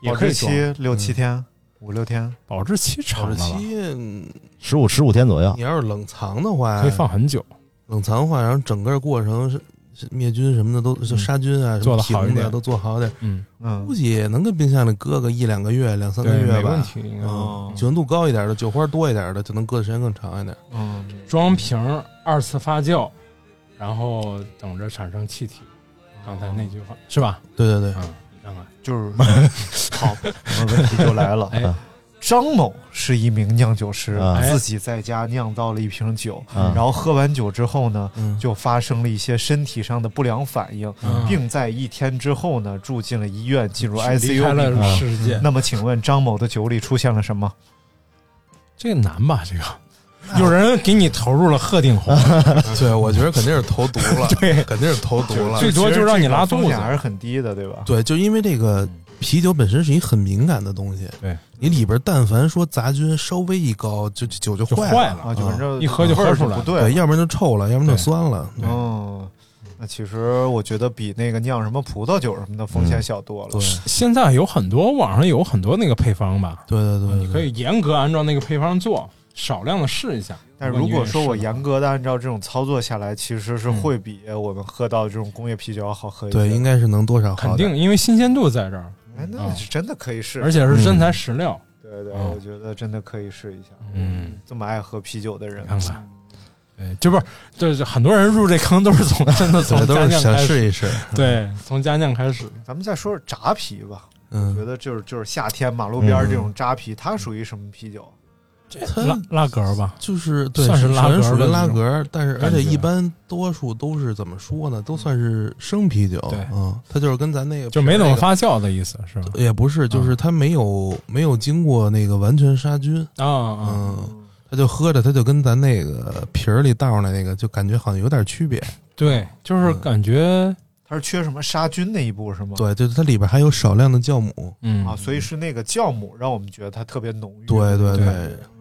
也
保
可以
质
装
期六七天，五六天，
保质期长
保质
了吧？
期
十五十五天左右
你。要是冷藏的话，
可以放很久。
冷藏的话，然后整个过程是是灭菌什么的都就杀菌啊，
嗯
什
做
么
得好一
瓶子啊
点
都做好点，
嗯
嗯
估计也能跟冰箱里搁个一两个月、两三个
对
月
没
吧
问题应。该
嗯，酒精度高一点的，酒花多一点的，就能搁的时间更长一点。
嗯，
装瓶儿二次发酵，然后等着产生气体。刚才那句话是吧？
对对对，
嗯，你看看，
就是 好，我问题就来了。啊
哎
张某是一名酿酒师，
啊
自己在家酿造了一瓶酒，
啊
然后喝完酒之后呢，
嗯
就发生了一些身体上的不良反应，
嗯
并在一天之后呢住进了医院，进入
离开
ICU 病
了
房。
世界，
啊那么，请问张某的酒里出现了什么？
这个难吧？这个 有人给你投入了鹤顶 红，
对，我觉得肯定是投毒 了，
对
肯定是投毒了。
最多就让你拉肚
风
子
险。还是很低的，对吧？
对，就因为这个啤酒本身是一很敏感的东西，
对
你里边但凡说杂菌稍微一高，就就酒就
就
坏
坏了
啊，就反正
一喝就喝
味儿是
出
不
来了
对
对，要不然就臭了，要不然就酸了。
哦，那其实我觉得比那个酿什么葡萄酒什么的风险小多了。
嗯对
现在有很多网上有很多那个配方吧，
对对对，
嗯你可以严格按照那个配方做，少量的试一下。
但如果说我
你愿意试的话
严格的按照这种操作下来，其实是会比我们喝到这种工业啤酒要好喝一
嗯
些。
对，应该是能多少好
肯
点
定，因为新鲜度在这儿，
哎，那是真的可以试，
啊而且是真材实料。
对对，
啊
嗯
我觉得真的可以试一下。
嗯，
这么爱喝啤酒的人，嗯
看看对，就不是，就是很多人入这坑嗯 都是从真的从
对，都
家
是
酿
想
开始，
试一试。
对，从家酿开始。
咱们再说说炸啤吧。我觉
嗯，
得就是就是夏天马路边儿这种扎啤，它属于什么啤酒？啊
拉
它
拉格吧，
就是对，
算是拉格
首先属
的
于拉
那种
格，但是而
感
且
觉
一般多数都是怎么说呢？都算是生啤酒。
对
嗯，它就是跟咱那个
就没怎
那
么
个
发嗯酵的意思是吧？
也不是，就是它没有没有经过那个完全杀菌，
啊啊，
嗯，它就喝着，它就跟咱那个瓶儿里倒的那个，就感觉好像有点区别。
对，就是感觉，
它是缺什么杀菌那一步是吗？
对，就是它里边还有少量的酵母。
嗯
啊，，所以是那个酵母让我们觉得它特别浓郁。
对对
对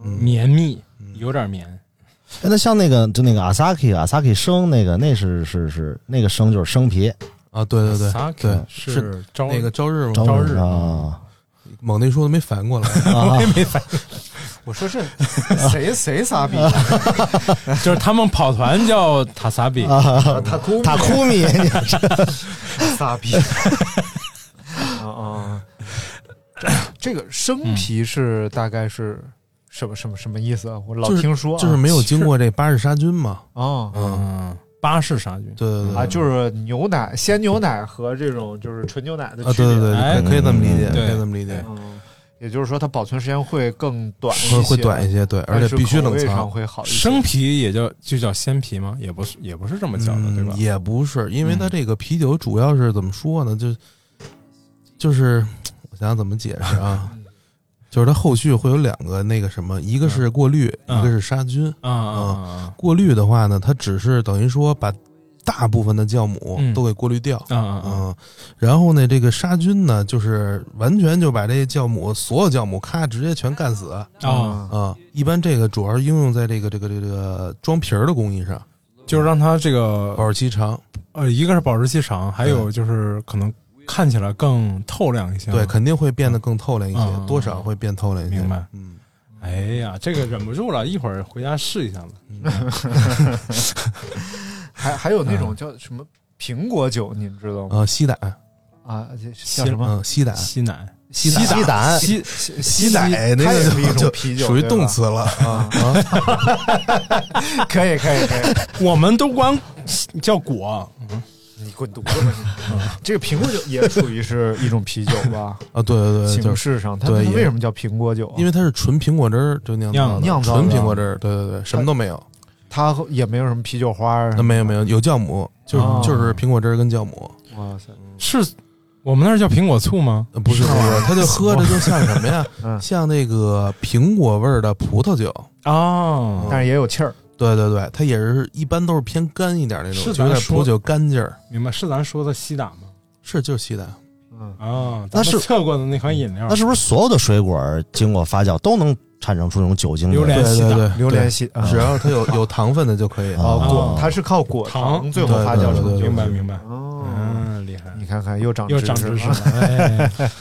嗯，
绵密，有点绵。
哎，那像那个就那个 Asaki Asaki 生那个那是是是那个生就是生啤，
啊，对对对
Sake
对，
是招
那个朝日嘛，
朝日
啊
猛那说的没反过来，
啊，
我说 是谁谁啊傻逼？
就是他们跑团叫塔萨 比，
啊
他 哭
啊塔库米，
傻逼。啊啊！这个生啤是大概是什么什么什么意思啊？我老
就是
听说啊
就是没有经过这巴氏杀菌嘛。
啊
嗯，巴氏杀菌，
对对对
啊，就是牛奶鲜牛奶和这种就是纯牛奶的
啊，
区别。
对对对，
哎
可以可以这么理解，
嗯对
可以这么理解，
嗯，也就是说它保存时间会更短一些，
会呃会短一些，对，
但
而且
是
必须
口
冷
味上
藏。
会好一些。
生啤也叫就叫鲜啤吗？也不是，也不是这么叫的，对吧
嗯？也不是，因为它
嗯
这个啤酒主要是怎么说呢？就就是我想想怎么解释啊，就是它后续会有两个那个什么，一个是过滤，
嗯
一个是杀菌。
啊啊
过滤的话呢，它只是等于说把大部分的酵母
嗯
都给过滤掉。
啊啊！
嗯，然后呢，这个杀菌呢，就是完全就把这酵母所有酵母咔直接全干死啊、
啊！
嗯一般这个主要是应用在这个这个这个装瓶儿的工艺上，
就是让它这
嗯
个
保质嗯期长。
呃，一个是保质期长，还有就是可能看起来更透亮一些。
对，肯定会变得更透亮一些，
嗯
多少会变透亮一些。
明白
嗯，
哎呀，这个忍不住了，一会儿回家试一下吧。
还还有那
嗯
种叫什么苹果酒，你们知道吗？
呃，西胆，
啊，这叫什么？
嗯，西胆，
西奶，
西西胆
西
西奶
那
它也
个
是一
就
种啤酒，
属于
对吧
动词啊了 啊。
可以可以可以，
我们都管叫果，
你滚犊子吧你！ 这个苹果酒也属于是一种啤酒吧？
啊，对 对对，
形
就是
式上，它它
对也
为什么叫苹果酒啊？
因为它是纯苹果汁儿就酿造的，
酿造的
纯苹果汁儿，对对对，什么都没有，
它也没有什么啤酒花儿
嗯
什
那
么的。
没有没有，有酵母，就是、
哦
就是苹果汁儿跟酵母，
哇塞，？
是我们那儿叫苹果醋吗？
呃不是不是，它就喝着 就像什么呀
嗯
像那个苹果味儿的葡萄酒。
哦，
但是也有气儿。
对对对，它也是一般都是偏干一点那种，
是
就有
咱
点
说
葡萄酒干劲儿。
明白，是咱说的西打吗？
是就是西单，
嗯啊，
那是
测过的那款饮料，
那是不是所有的水果经过发酵都能产生出这种酒精的？
榴莲系的
对对对啊
榴莲系
只要它有有糖分的就可以
啊，果它是靠果糖最后发酵出的酒精。
明白明白。嗯
哦，
厉害！
你看看又长
又长
知
知识了。哎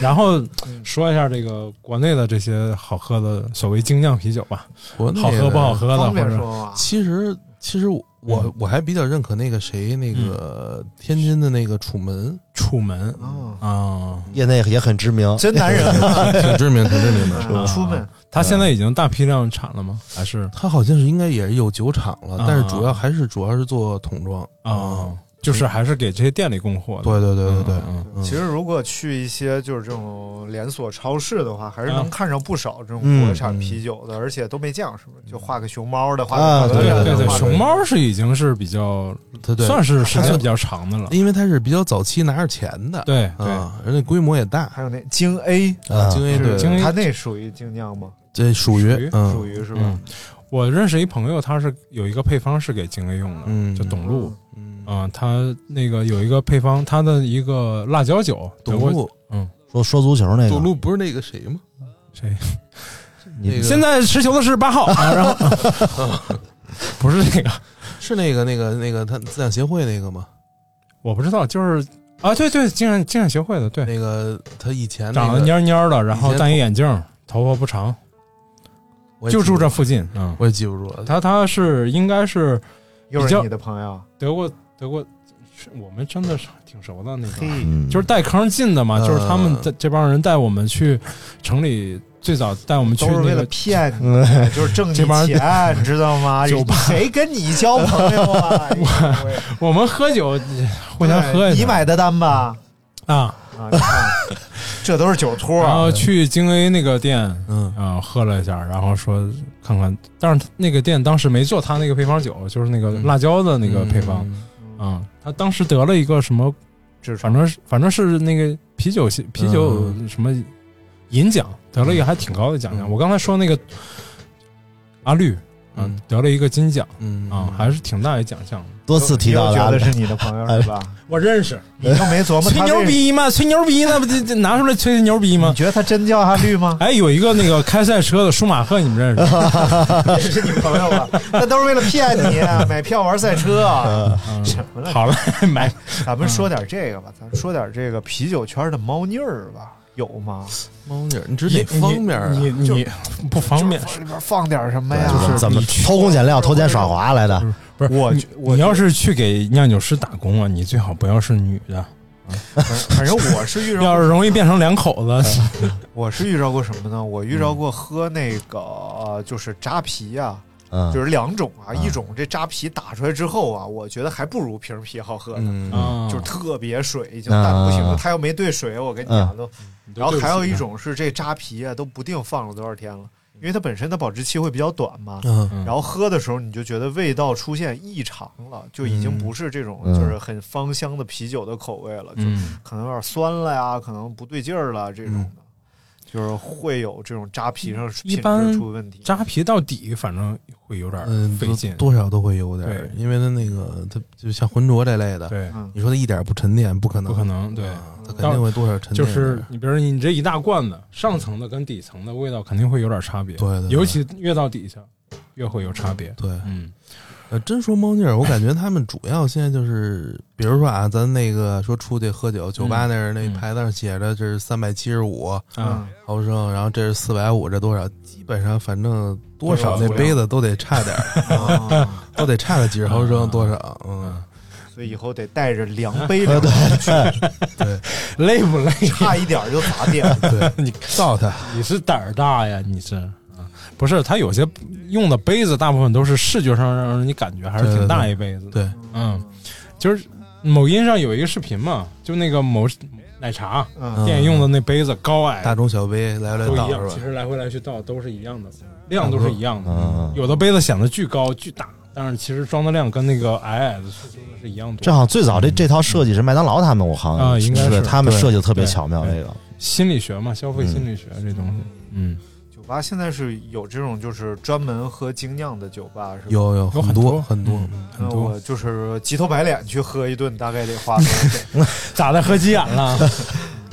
然后说一下这个国内的这些好喝的所谓精酿啤酒吧，
国内
好喝不好喝的，
方
或
便
者
说吗？
其实其实我
嗯
我我还比较认可那个谁那个天津的那个楚门，
楚门啊，
业内也很知名，
哦真男人，啊
挺知名挺知名 的。
啊
出门
他现在已经大批量产了吗？还是
他好像是应该也是有酒厂了
啊，
但是主要还是主要是做桶装。
啊，就是还是给这些店里供货的？
嗯对对对对对，
嗯
嗯
其实如果去一些就是这种连锁超市的话，还是能看上不少这种
嗯
国产啤酒的，而且都没降，是不是？就画个熊猫的，画
啊
个
嗯对
对
对对，
画个
熊猫是已经是比较
对哎对，
算是时间比较长的了。
因为它是比较早期拿着钱的，
对对
啊，而且规模也大，
还有那京 A，
啊
京 A
是
对
京 A
它那属于精酿吗？
这属
属于
于
属
嗯
于是吧
嗯？，我认识一朋友，他是有一个配方是给精卫用的，
嗯
就董路
嗯
啊、他那个有一个配方，他的一个辣椒酒，德
董
国
路
嗯，
说说足球那
董
个，
路不是那个谁吗？
谁？
那个
现在持球的是 八号，啊、然后 不是那个，
是那个那个那个他自养协会那个吗？
我不知道，就是啊，对对，精神精神协会的，对，
那个他以前那
长
个
得蔫蔫的，然
以
后
前
戴一眼镜，头发不长，
我也
就
记不
住
住
这，附近啊、
我也记不住了。
他他是应该是
又
比
是
较
你的朋友，
德国德国，是我们真的是挺熟的那个。
嗯，
就是带坑进的嘛，
嗯
就是他们这这帮人带我们去城里，最早带我们去
都是为
那
了
个
骗你，
嗯
就是挣你
这帮人
钱，你知道吗？
酒吧
谁跟你交朋友 啊？
我们喝酒，互相喝一下
你买的单吧？
啊，
啊，你看， 这都是酒托
然
啊。
后去京 A 那个店
嗯，
啊喝了一下，然后说看看，但是那个店当时没做他那个配方酒，就是那个
嗯
辣椒的那个配方
嗯
啊，他当时得了一个什么，
痔
反正是反正是那个啤酒系啤酒什么银奖，得了一个还挺高的奖项。
嗯
我刚才说那个阿绿，嗯
嗯，
得了一个金奖。
嗯
啊，还是挺大一奖项的。
多次提到
你
的
又觉
阿
得
里
是你的朋友是吧？
我认识，
你又没琢磨
哎吹
他
牛
为，
逼嘛，吹牛逼那不就就拿出来吹吹牛逼
你
吗？
觉得他真叫他绿 吗？
哎，有一个那个开赛车的舒马赫，你们认 识吗？
是你朋友吧？那都是为了骗你，啊买票玩赛车啊！什么了？
好了， 买
咱们说点这个吧，咱说点这个啤酒圈的猫腻儿吧，有吗？
猫腻儿，你指哪方面啊？
你你你不方便
就。是里边放点什么呀？
就是怎么偷工减料、偷奸耍滑来的，
不是
我
你
我
你要是去给酿酒师打工啊，你最好不要是女的，
反正我是遇
要
着，
是容易变成两口子。
哎 我是遇着过什么呢？我遇着过喝那个呃就是扎啤啊，
嗯，
就是两种啊，一种这扎啤打出来之后啊，我觉得还不如瓶啤好喝呢，
嗯
啊
就是特别水，已经淡不行了。
嗯
它要没兑水，我跟你讲都。
嗯
然后还有一
种。
种是这扎啤啊，都不定放了多少天了，
嗯
因为它本身的保质期会比较短嘛。
嗯
然后喝的时候，你就觉得味道出现异常了，就已经不是这种
嗯
就是很芳香的啤酒的口味了，就
嗯
可能有点酸了呀，可能不对劲儿了这种
嗯
的，就是会有这种扎啤上
一
品
般
质出问题。
扎啤到底，反正会有点
嗯，
费劲。
多多少都会有点儿
对，
因为它那个它就像浑浊这类的，
对，
嗯，
你说它一点儿不沉淀，不可能，
不可能对
啊它肯定会多少沉淀
就
点儿。
是你比如你这一大罐子，上层的跟底层的味道肯定会有点差别，
对对对
尤其越到底下越会有差别。
对，
嗯，
呃，真说猫腻儿，我感觉他们主要现在就是，比如说啊，咱那个说出去喝酒，酒吧那儿那
嗯
牌子上写着这是三百七十五
啊，
毫升，然后这是四百五，这多少？基本上反正多少
多
那
少
杯子都得差点儿，
嗯
啊
都得差个几十毫
啊
升，多少？嗯，
所以以后得带着量 杯量，
累不累？
差一点儿就砸店。
对，
你哎
造它，
你是胆儿大呀？你是啊不是？他有些用的杯子，大部分都是视觉上让人你感觉还是挺大一杯子的。
对，
嗯，就是某音上有一个视频嘛，就那个某奶茶
嗯
店用的那杯子高矮
大中小杯来来
都
倒
一样，
是
其
吧？
实来回来去倒都是一样的，量都是一样的。
嗯
有的杯子显得巨高巨大，但是其实装的量跟那个矮矮的是是一样多。
正好最早这这套设计是麦当劳他们，我好
啊
像
应该是
他们
对
设计的特别
对
巧妙，
对
这个
心理学嘛，消费心理学这东西，嗯，
酒吧现在是有这种就是专门喝精酿的酒吧是吧？
有有很多很多
那
很多
我，就是急头白脸去喝一顿，大概得 花多少钱？
咋的？喝急眼了？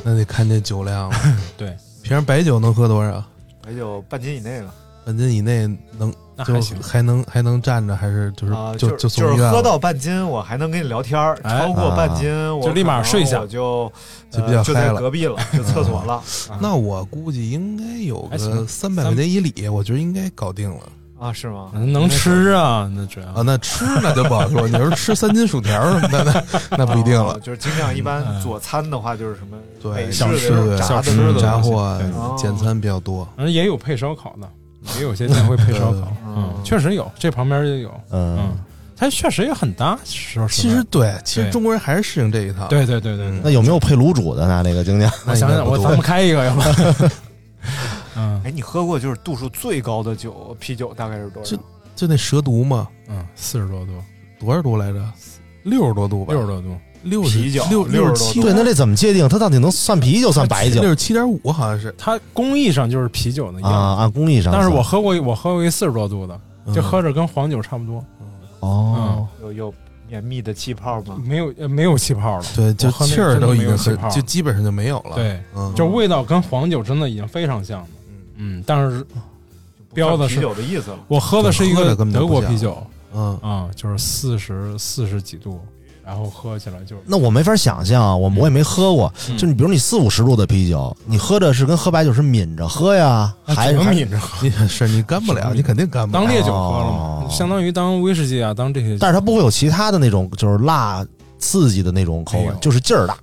那得看这酒量了。
对，
瓶白酒能喝多少？
白酒半斤以内吧。
半斤以内能
那还
就
行
还能还能站着，还是就是
啊，
就
就
送医
是
院
喝
了
到半斤，我还能跟你聊天儿；
哎
超过半斤，
啊
我
就立马
可能
睡下
我就
就
呃
比较
就
嗨
在
了
隔壁了，就厕 所了。
那我估计应该有
还行
个三百块钱以里，我觉得应该搞定了。
啊，是吗？
嗯
能吃啊？那主要
啊，那吃那就不好说。你说吃三斤薯条什么的，那那不一定
哦
了。嗯
就是经常一般佐餐的话，就是什么
对，
美式
小
的
吃
那种
对嗯
炸的那种
杂
东西
货
对哦
简餐比较多。
反正也有配烧烤的，也有些店会配烧烤，嗯，确实有，这旁边也有，嗯，它确实也很搭，说实
其实
话
对，其实
对
中国人还是适应这一套。
对对对对对
那有没有配卤煮的呢？那个精酿，
我想想，我咱们开一个，要不然嗯，
哎，你喝过就是度数最高的酒啤酒大概是多少？
就那蛇毒嘛，
嗯，四十多度，
多少度来着？六十多度吧，
六十多度，
六十
啤酒
六
六
十
十
七，
对，那这怎么界定？它到底能算啤酒算白酒
六十七点五好像是。
它工艺上就是啤酒的
啊？
样子，
按工艺上算，
但是我喝过一，我喝过一四十多度的，就
嗯
喝着跟黄酒差不多，嗯
哦，
有有绵密的气泡吗？
没有呃没有气泡了，
对，就
我喝那
气儿
真的
都已
没有
经
气
很
泡，了
就基本上就没有了。
对，
嗯，
就味道跟黄酒真的已经非常像了，嗯，但是标的是
啤酒的意思了
我喝的是一
喝
个
的根本
德
就不
国
像
啤酒，
嗯
啊，就是四十四十几度，然后喝起来就是
那我没法想象啊，我我也没喝过。
嗯
就你比如你四五十度的啤酒，你喝的是跟喝白酒是抿着喝呀，
那
还
啊只
是
能抿着？喝
你是你干不了，你肯定干不了。
当烈酒喝了
哦
嘛，相当于当威士忌啊，当这些。
但是它不会有其他的那种就是辣刺激的那种口
没
味
有，
就是劲儿大。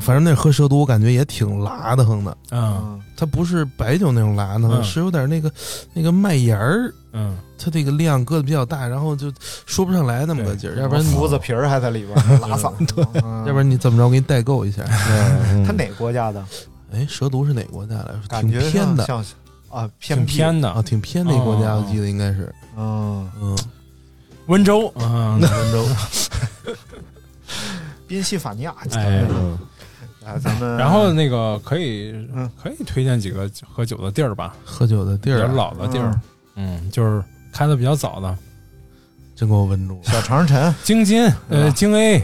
反正那喝蛇毒，我感觉也挺辣的很的。
嗯
它不是白酒那种辣的，
嗯
是有点那个那个麦芽儿，
嗯，
它这个量搁的比较大，然后就说不上来那么个劲儿，要不然你
胡子皮儿还在 里边儿，拉嗓子。
要
嗯
不然你怎么着给你代购一下？
他哪国家的？
哎，蛇毒是哪国家来着？
感
挺
觉
偏的
像像啊
挺
偏僻
偏的
啊，挺偏的一国家，
哦
我记得应该是，
嗯，
嗯，
温州， 嗯，温州。
宾夕法尼亚。
哎
啊，咱
嗯
们
然后那个可以可以推荐几个喝酒的地儿吧，
喝酒的地
比较
儿啊，
老的地儿，嗯，就是开的比较早的，
真给我问住了
小长城
京津，
嗯
呃，京 A，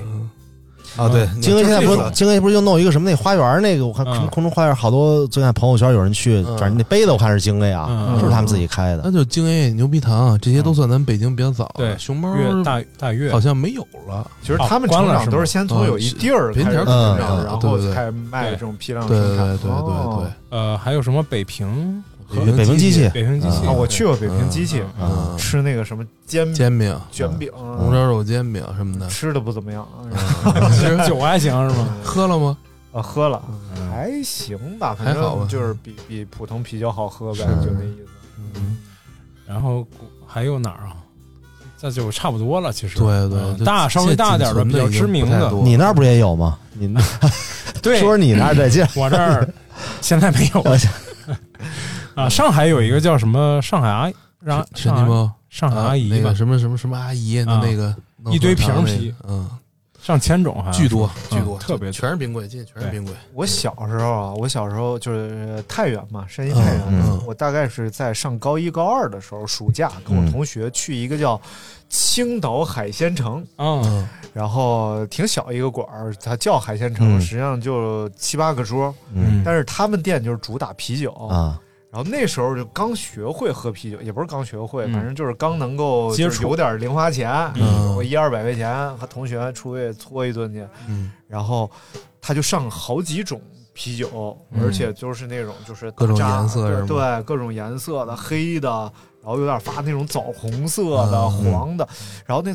啊！对，
京 A 现在不
就是这种
京 A 不是又弄一个什么那花园那个？我看
嗯
什么空中花园，好多最近朋友圈有人去，
嗯
反正那杯子我看是京 A 啊，
嗯
是不是他们自己开的？
那就京 A 牛皮糖啊这些都算咱北京比较早的，
对
熊猫
嗯
粤大大粤
好，像没有啊了。
其实他们
关
成
了是
长
吗
都是先从有一地儿
嗯
开始成
嗯
长，
嗯
然
对
后
对对
开始卖这种批量
对
生
对
产。
对对对对
哦，
呃，还有什么北平和
北
北
京
京
机
机
器
器，
北平机器
啊， 我去过北平机器
嗯
吃那个什么煎饼
煎嗯饼、
卷饼，
嗯
红烧肉煎饼什
嗯
么的，
吃的不怎么 样，
其实
酒还行是吗？
喝了吗？
啊，喝了
嗯
还行吧，反
还好吧
正就是比比普通啤酒好喝呗，
是
就那意思。
然后还有哪儿啊？这就差不多了，其实
对对
嗯
就
大稍微大点儿的
现
比较知名
仅存的已经不太
的，
多
你那儿不也有吗？你那
对，
说说你那儿再见。
我这 儿现在没有 啊。上海有一个叫什么上海阿姨，让
神
上
奇
海
猫
上海
啊
阿
那
姨吧
个，什么什么什么阿姨，
啊
那个弄
一堆
喝汤
瓶儿
那
啤
个嗯，
上千种还
巨多
嗯
巨多，
特别
全是冰柜，进全是
对
冰柜。
我小时候啊，我小时候就是太原嘛，山西太原，
嗯
我大概是在上高一高二的时候，暑假跟我同学去一个叫青岛海鲜城，
嗯
然后挺小一个馆儿，它叫海鲜城，
嗯
实际上就七八个桌，
嗯
但是他们店就是主打啤酒。
啊，
然后那时候就刚学会喝啤酒，也不是刚学会，
嗯
反正就是刚能够
接
就是
触
有点零花钱，
嗯
我一二百块钱和同学出去搓一顿去，
嗯，
然后他就上好几种啤酒，
嗯
而且就是那种就是
各种
大扎
颜色是吗
对，各种颜色的，黑的，然后有点发那种枣红色的、
嗯
黄的，然后那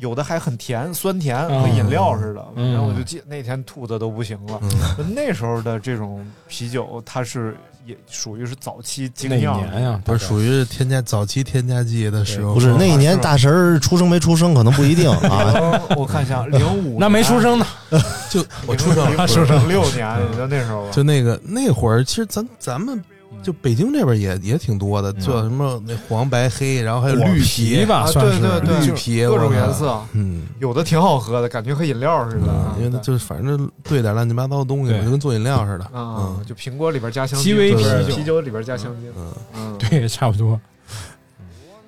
有的还很甜，酸甜，
啊
嗯
和饮料似的。
嗯
然后我就记那天吐的都不行了。
嗯
那时候的这种啤酒，它是也属于是早期精
哪
酿
年呀？
不是属于添加早期添加剂的使用，
不是那一年大神儿出生没出生可能不一定啊。
嗯我看一下，零 五
那没出生呢，
就我出生
零
了，
五零六年，也就那时候吧。
就那个那会儿，其实咱咱们就北京这边也也挺多的，叫什么那黄白黑，然后还有绿
皮吧，
啊、
算
对
对
对，绿皮
各种颜色，
嗯，
有的挺好喝的，感觉和饮料似的，
嗯、因为就是反正兑点乱七八糟的东西，就跟做饮料似的
啊、嗯，就苹果里边加香
鸡尾
啤
啤酒
啤酒里边加香精，嗯，
对，差不多。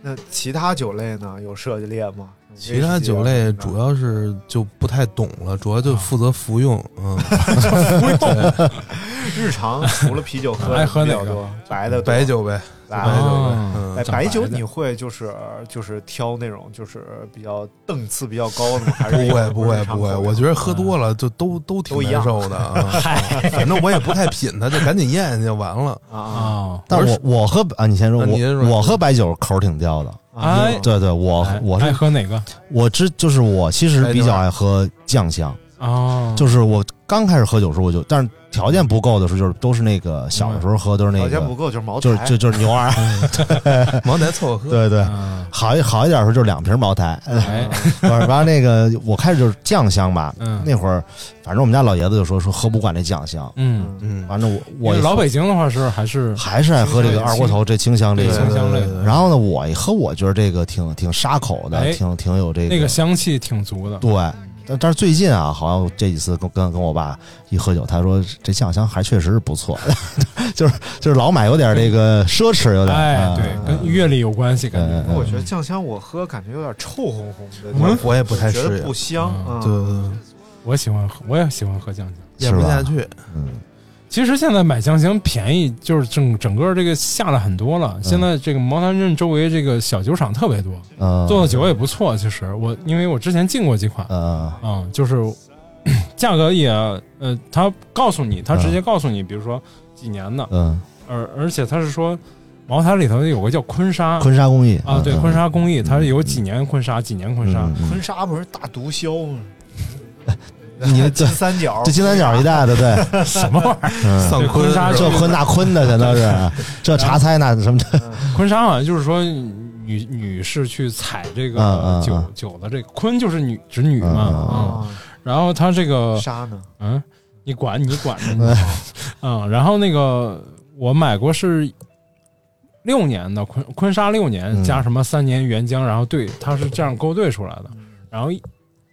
那其他酒类呢？有涉猎吗？
其他酒类
啊
主要是就不太懂了，主要就负责服用， 嗯，
服用。日常除了啤酒喝，
爱喝哪个哦
比较多？白的
白酒呗，
白
白
酒
呗
啊
嗯
嗯
哎，
长
白酒
白的
你会就是就是挑那种就是比较档次比较高 的吗？还是
不会
有
不会
日常
不会，我觉得喝多了就都都挺
都一
难
样
受的 啊。反正我也不太品它，就赶紧咽下就完 了
啊。
但我我喝啊，你先说，
啊你先说
我我喝白酒口儿挺刁的。
哎
对对，我
哎
哦我
爱
是
喝哪个？
我之就是我其实比较爱喝酱香，
哦，
就是我刚开始喝酒的时候我就，但是条件不够的时候就是都是那个小的时候喝都是那
条
个
件不够就是茅台，
就是就就是牛 二，
茅台凑合喝。
对
嗯
对，好一好一点的时候就是两瓶茅台，完完那个我开始就是酱香吧
哎嗯，
那会儿反正我们家老爷子就说说喝不惯这酱香，
嗯，
嗯，
反正
因
我我
为老北京的话是还是
还是爱喝这个二锅头这清香这个
对清香类的
然后呢，我一喝我觉得这个挺挺杀口的，
哎
挺挺有这
那个香气挺足的。
对，但但是最近啊，好像这几次跟跟跟我爸一喝酒，他说这酱香还确实是不错， 就是就是老买有点这个奢侈，有点
哎
嗯，
对，跟阅历有关系，感觉。
我觉得酱香我喝感觉有点臭烘烘的，
嗯我
就
也
是
我也不太
觉
适
得
应嗯
不香啊。
对对对，
我喜欢喝，我也喜欢喝酱香。
咽不下去。
其实现在买酱香便宜，就是整整个这个下了很多了。现在这个毛南镇周围这个小酒厂特别多，
嗯
做的酒也不错。其实我因为我之前进过几款，
嗯
嗯，就是价格也呃，他告诉你，他直接告诉你，比如说几年的，
嗯，
而而且他是说茅台里头有个叫坤沙，
坤沙嗯工艺
啊，对，
嗯
坤沙工艺，它有几年坤沙，几年坤沙，
坤沙不是大毒枭吗？
你
金三角，
这金三角一带的， 对，
什么玩意
嗯
丧坤
这
是吧
这坤那坤的，全都是这茶菜那什么的，
坤沙好像就是说女女士去采这
嗯
个
嗯
酒
嗯
酒的这个坤就是女指女嘛
嗯
啊，然后它这个
哦沙呢，
嗯，你管你管着你，
哎
嗯，然后那个我买过是六年的坤坤沙六年
嗯
加什么三年原浆，然后兑它是这样勾兑出来的，
嗯
然后一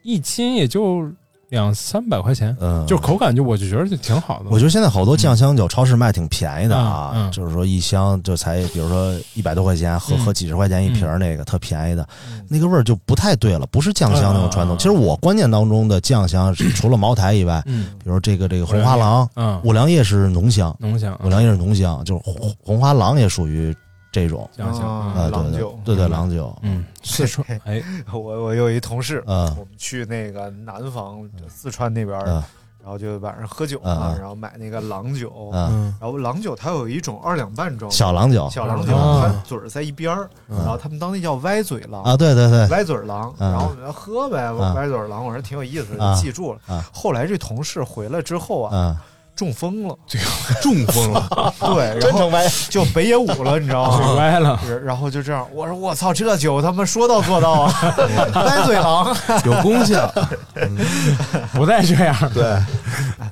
一斤也就两三百块钱，
嗯，
就口感就我就觉得就挺好的，
我觉得现在好多酱香酒超市卖挺便宜的啊，
嗯嗯
就是说一箱就才比如说一百多块钱，合
嗯
合几十块钱一瓶儿那个、特便宜的，
嗯
那个味儿就不太对了，不是酱香那种传统。
嗯嗯嗯
其实我观念当中的酱香，除了茅台以外，
嗯
比如这个这个红花嗯狼，
嗯啊
五粮液是浓香，
浓香
五粮液是浓香，就是红红花狼也属于这种
酱香
啊
呃，对
郎
对
酒
对对郎酒，
嗯，四川哎，
我我有一同事，
嗯
我们去那个南方四川那边儿，
嗯
然后就晚上喝酒
嗯
嘛，
嗯
然后买那个郎酒，
嗯
然后郎酒它有一种二两半装的
小郎酒
小郎酒，
嗯
它嘴儿在一边儿，然后他们当地叫歪嘴郎
啊对对对
歪嘴郎，
嗯
然后我喝呗，
嗯
歪嘴郎，我说挺有意思的，
嗯
就记住了
嗯。
后来这同事回来之后啊，
嗯。
中风了，
中风了，
对，
真
然后
成歪
就北野武了，你知
啊
道吗？
腿歪了，
然然后就这样，我说我操，这酒他妈说到做到啊！ 歪嘴狼，
有功效。
嗯不再这样，
对，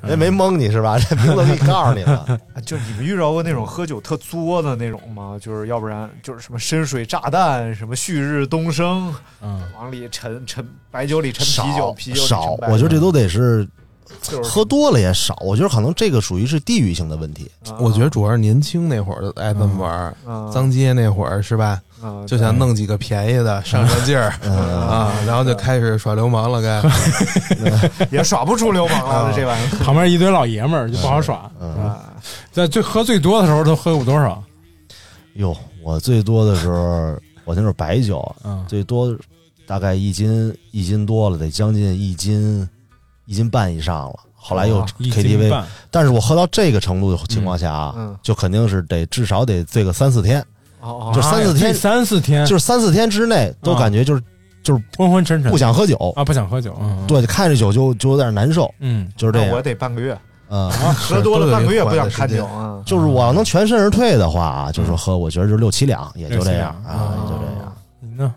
人没蒙你是吧？这名字给你告诉你了。
啊就你们遇着过那种喝酒特作的那种吗？就是要不然就是什么深水炸弹，什么旭日东升，
嗯，
往里沉沉白酒里沉啤酒，
少
啤酒里
少
沉，白酒嗯
我觉得这都得是
就是
喝多了也少。我觉得可能这个属于是地域性的问题。
啊
我觉得主要是年轻那会儿爱这么玩儿
嗯，嗯
脏街那会儿是吧
嗯？
就想弄几个便宜的上上 劲儿啊，然后
嗯
就开始耍流氓了，该。
也耍不出流 氓
啊
了，这玩意
旁边一堆老爷们儿就不好耍，
嗯
儿啊。
在最喝最多的时候都喝过多少？
哟，我最多的时候，我那时候白酒
嗯，
最多大概一斤一斤多了，得将近一斤一斤半以上了。后
哦
来又
哇一斤半
KTV，但是我喝到这个程度的情况下
嗯嗯
啊，就肯定是得至少得醉个三四天，
哦
就
哦，
三四
哎呀
天，
三四天，
嗯
就是三四天之内都
啊
感觉就是就是
昏昏沉沉，
不想喝酒，
啊，不想喝酒，嗯，嗯，
对，看着酒就就有点难受，
嗯，
就是这
那啊我
样。
得半个月，
嗯，
喝多了半个月不想看酒啊。
就是
哦
我要能全身而退的话啊，就
嗯
是说喝，我觉得就六七两，也就这样
六七两
啊，也就这
哦
样。
你呢，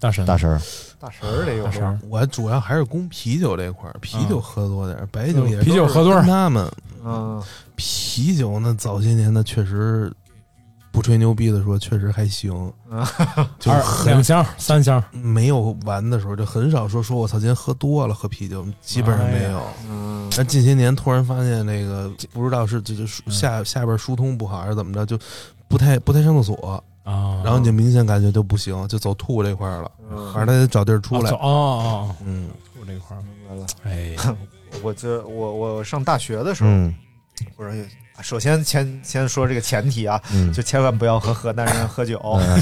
大神，
大神儿，
大神儿得有
大神儿，
我主要还是供啤酒这块儿，
嗯
啤酒喝多点儿，白酒也
啤酒喝多
少。
少
他们
嗯，
啤酒呢，早些年呢确实不吹牛逼的说，确实还行，
嗯
就
二
很
两箱三箱，
没有完的时候就很少说说我操，今天喝多了，喝啤酒，基本上没有。
嗯，
但近些年突然发现那个不知道是这就下下边疏通不好还是怎么着，就不太不太上厕所
啊，
然后你就明显感觉就不行，就走吐这块儿了，
嗯
还是得找地儿出来。
哦哦，
嗯，
吐这块儿，
明白了。
哎，
我这我我上大学的时候，
嗯
不是，首先先先说这个前提啊，
嗯
就千万不要和河南人喝酒，
嗯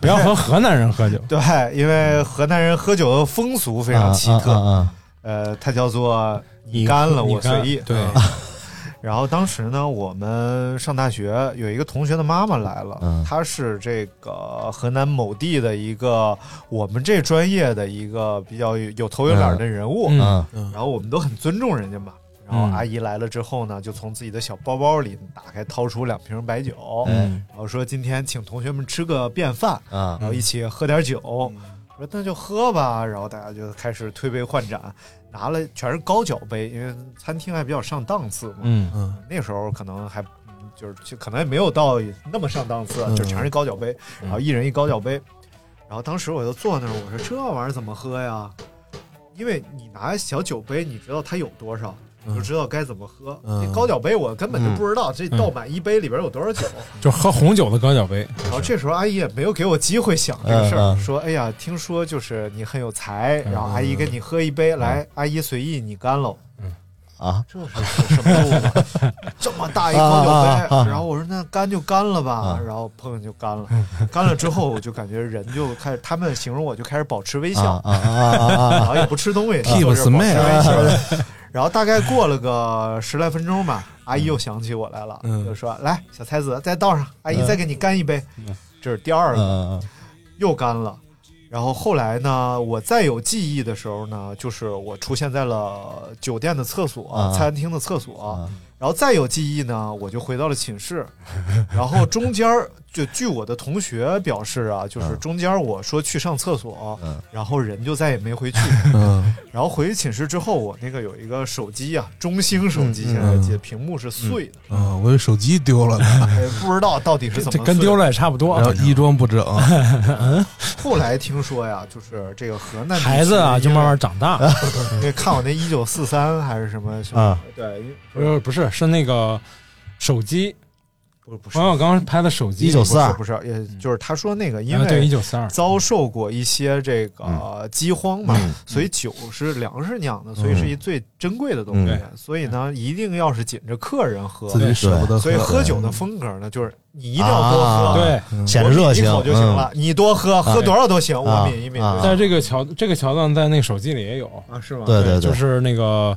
不要和河南人喝酒，
对，因为河南人喝酒的风俗非常奇
嗯
特，
啊啊啊啊
呃，它叫做你干了我随意，
你干对
啊然后当时呢，我们上大学有一个同学的妈妈来了，
嗯
她是这个河南某地的一个我们这专业的一个比较有有头有脸的人物，
嗯嗯
然后我们都很尊重人家嘛。然后阿姨来了之后呢，就从自己的小包包里打开掏出两瓶白酒，
嗯
然后说今天请同学们吃个便饭，
啊
嗯
然后一起喝点酒。我说那就喝吧，然后大家就开始推杯换盏，拿了全是高脚杯，因为餐厅还比较上档次嘛。
嗯
嗯，
那时候可能还嗯就是就可能也没有到那么上档次，啊
嗯
就全是高脚杯，然
嗯
后一人一高脚杯。然后当时我就坐那儿，我说这玩意儿怎么喝呀？因为你拿小酒杯，你知道它有多少，你就知道该怎么喝。
嗯
那高脚杯我根本就不知道这倒满一杯里边有多少酒。
就喝红酒的高脚杯，
然后这时候阿姨也没有给我机会想这个事儿，
嗯嗯嗯
说：“哎呀，听说就是你很有才，然后阿姨跟你喝一杯，来，阿姨随意你干喽。”
啊，
这是什么路啊？ 这么大一高酒杯，
啊啊啊啊
然后我说那干就干了吧，然后碰就干了，干了之后我就感觉人就开始，他们形容我就开始保持微笑，
啊啊啊啊啊
然后也不吃东西，
Keep
坐这儿保持
smile
微笑。 然后大概过了个十来分钟吧，阿姨又想起我来了，就说：“来，小才子，再倒上，阿姨再给你干一杯。这是第二个，
嗯
又干了。然后后来呢，我再有记忆的时候呢，就是我出现在了酒店的厕所、
啊
餐厅的厕所。
啊
然后再有记忆呢，我就回到了寝 室。然后中间儿就据我的同学表示啊，就是中间儿我说去上厕所，
啊
然后人就再也没 回去。
嗯
然后回寝室之后，我那个有一个手机啊，中兴手机，
嗯嗯
现在这屏幕是碎的，
啊，我有手机丢了呢，
哎不知道到底是怎么
嗯 这
碎
跟
的
丢了也差 不多
然。后衣装不整，
后来听说呀，就是这个河南地区
孩子啊，就慢慢
因
长大。
为因为看我那一九四三还是什么什么，
啊
对，
不是不是，是那个手机，
不是不
是王小刚拍的手机，
不是，不是也就是他说那个，因
啊
为
对1942
遭受过一些这个饥荒
嗯
嘛，所以酒是粮食酿的，所以是一最珍贵的东西
嗯，
所以呢，一定要是紧着客人喝，
自己舍不得喝嗯
所以喝酒的风格呢，就是你一定要多喝，
啊
对
嗯显得热情嗯
我抿一口就行了，你多喝，喝多少都行，
啊
我抿一抿
啊
就行
在这个桥这个桥段，在那个手机里也有
啊，是吗？
对对对
就是那个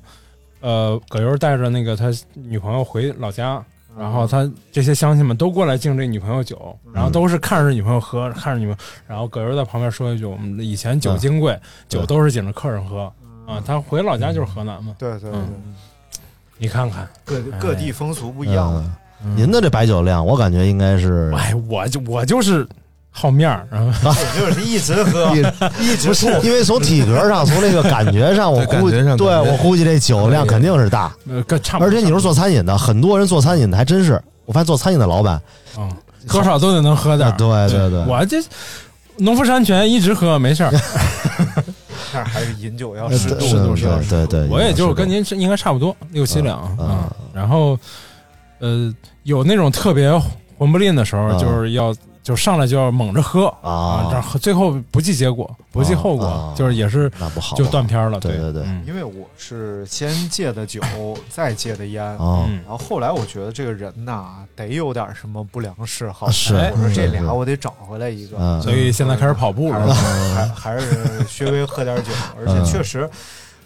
呃，葛优带着那个他女朋友回老家。
嗯
然后他这些乡亲们都过来敬这女朋友酒，然后都是看着女朋友喝，看着女朋友，然后葛优在旁边说一句：“我们以前酒金
嗯
贵，酒都是紧着客人喝啊。”他回老家就是河南嘛，
对对对，
嗯你看看，
各各地风俗不一样嘛。
嗯，您的这白酒量，我感觉应该是
哎，我就我就是好面儿，然后
我就是一直喝，一直
不是，因为从体格上，从这个感觉上，我
对
估计
感觉，上
对
感觉
我估计这酒量肯定是大。
呃跟差不多。
而且你说做餐饮的，很多人做餐饮的还真是，我发现做餐饮的老板，
嗯，多少都得能喝点儿。
对啊对对
我这农夫山泉一直喝没 事儿，
那还是饮酒要
呃
啊适
对
度，
是
度
是
要适
对
度。
对，
我也就是跟
是
您是应该差不多六七两
嗯
啊。然后呃，有那种特别混不吝的时候，
嗯
就是要就上来就要猛着喝
啊
然后最后不计结果，不计后果
啊，
就是也是
那不好
就断片儿了。
对对对
嗯
因为我是先戒的酒，再戒的烟，
哦
嗯
然后后来我觉得这个人呐，得有点什么不良嗜好。
啊是
我说哎这
是
俩我得找回来一个，
嗯
所以现在开始跑步
还
啊
了。
是还还是稍微喝点酒，而且确实，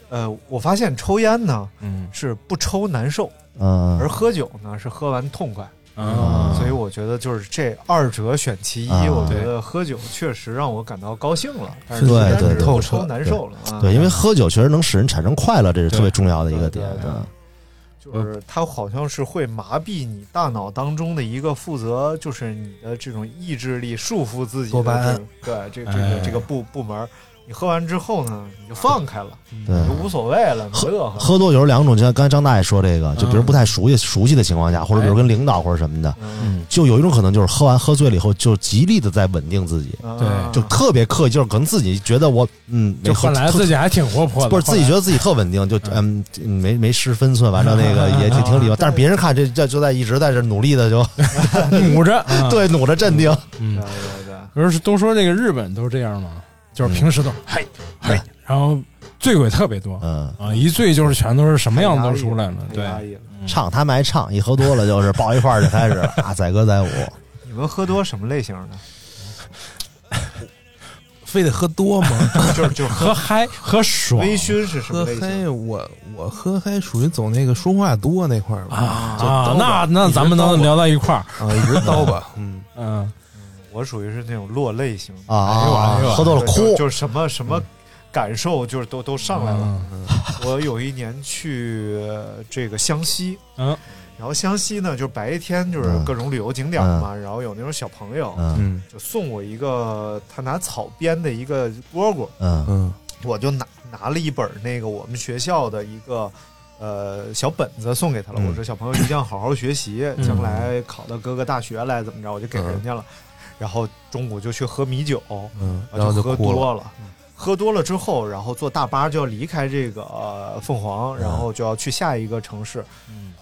呃，我发现抽烟呢
嗯
是不抽难受，
嗯
而喝酒呢是喝完痛快。
啊，
所以我觉得就是这二者选其一，
啊
我觉得喝酒确实让我感到高兴了，但是
对
但
对
是
对
不抽难受了啊。
对，因为喝酒确实能使人产生快乐，这是特别重要的一个点。嗯
对对就是它好像是会麻痹你大脑当中的一个负责，就是你的这种意志力束缚自己的
多巴胺
哎
这个对这这个这个部部门儿。你喝完之后呢，你就放开了，
对
你就无所谓了，你乐呵。
喝多有两种，就像刚才张大爷说这个，就比如不太熟悉、熟悉的情况下，或者比如跟领导或者什么的，就有一种可能就是喝完喝醉了以后，就极力的在稳定自己，
啊
对
嗯
就特别刻意，就是可能自己觉得我嗯，没
就
喝
本来
特
自己还挺活泼的，
不是自己觉
后
得自己特稳定，就嗯没没失分寸，完了那个也挺挺礼貌，但是别人看这这就在一直在这努力的就
努着
对，努着镇定，
嗯，不是都说那个日本都是这样吗？就是平时都嘿嘿，然后醉鬼特别多，
嗯
啊，一醉就是全都是什么样都出来了，对，
唱他们还唱，一喝多了就是抱一块儿就开始啊载歌载舞，
你们喝多什么类型的？
嗯非得喝多吗？
就是就是
喝嗨喝爽，
微醺是什么
喝
类型
嗨，我我喝嗨属于走那个说话多那块儿吧就
啊
叨，吧
那那咱们能聊到一块儿
啊，一直叨 吧，嗯
嗯，
我属于是那种落泪型
啊啊
哎呦哎呦
喝多了
就
哭
就是什么什么感受，就是都都上来了。
嗯
我有一年去呃这个湘西，
嗯，
然后湘西呢，就是白天就是
嗯
各种旅游景点嘛，然后有那种小朋友，
嗯，
就送我一个他拿草编的一个蝈蝈，
嗯
嗯，
我就拿拿了一本那个我们学校的一个呃小本子送给他了。
嗯
我说小朋友一定要好好学习，将来考到各个大学来怎么着，我就给人家了。然后中午就去喝米酒，
嗯
然
然后
后
就
啊喝
哭了
多了。喝多了之后，然后坐大巴就要离开这个、呃凤
嗯
凰，然后就要去下一个城市。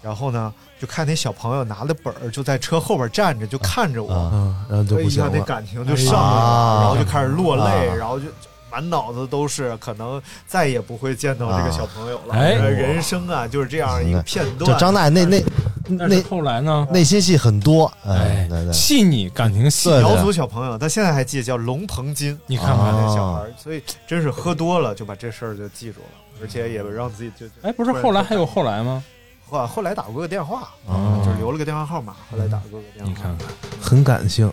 然后呢，就看那小朋友拿着本儿就在车后边站着，就看着我。
啊，然后就
哎
不行
呀，
了，
那感情就上来
哎
了，
呀
然后就开始落泪，
啊
然后就满脑子都是可能再也不会见到这个小朋友了。
啊哎
人生啊，就是这样一个片段。
就张大爷那那
但
那
是后来呢？
内心戏很多，哎，对对
细腻感情细腻，啊
对
苗族小朋友，他现在还记得叫龙鹏金，啊
你看看
那
哦
小孩儿，所以真是喝多了就把这事儿就记住了，而且也让自己就
哎，不是后来还有后来吗？
后后来打过个电话，
哦
就是留了个电话号码，后来打过个电话。
你看看，
很感性，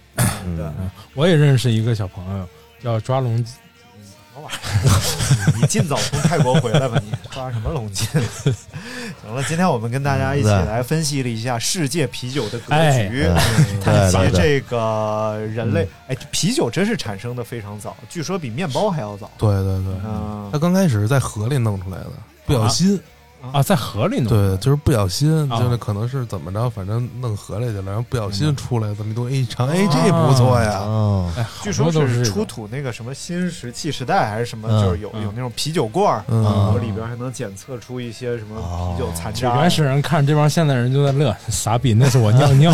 我也认识一个小朋友叫抓龙筋，
你尽早从泰国回来吧，你抓什么龙筋？ 行了，今天我们跟大家一起来分析了一下世界啤酒的格局，
哎
以
对对对
及这个人类。哎，啤酒真是产生的非常早，据说比面包还要早。
对对对，
嗯
他，刚开始是在河里弄出来的，不小心，
啊，在河里弄
对，就是不小心，
啊
就是可能是怎么着，反正弄河里去了，然后不小心出来这么一东西，一尝，哎，
啊
这不错呀，
哦，
哎，
据说
好多都是
是
这
出
种
土那个什么新石器时代还是什么，
嗯
就是有
嗯
有那种啤酒罐儿，
嗯
然后里边还能检测出一些什么啤酒残渣。啊
原始人看这帮现代人就在乐，傻逼，那是我尿尿。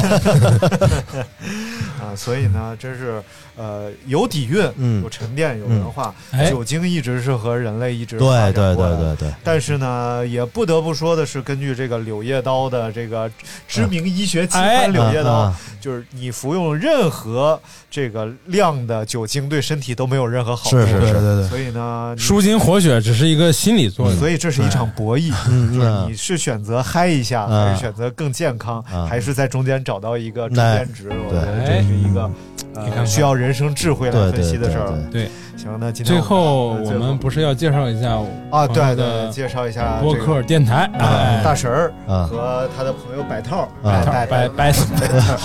啊，所以呢，真是呃有底蕴，
嗯
有沉淀，有文化。
嗯哎
酒精一直是和人类一直发
对
展
对
过来
对
的
对对，
但是呢，也不得不说的是，根据这个《柳叶刀》的这个
嗯
知名医学期
哎
刊《柳叶刀》
啊
就是你服用任何这个量的酒精，对身体都没有任何好处。
是是
对对对，
所以呢，你
舒筋活血只是一个心理作用，
所以这是一场博弈，
嗯
就是
嗯
你是选择嗨一下，
嗯
还是选择更健康，
嗯
还是在中间找到一个中间值？我觉得
对
这是一个
你看看
呃需要人生智慧来
对
分
对
析
对
的事儿了。
对，
对。
行，那今天
最后
呃
我
最后
们不是要介绍一下
啊，对
我
对，
们的
介绍一下
播
这个
客电台，
啊
哎，嗯
大神儿
啊
和他的朋友百套，
啊
百
拜拜，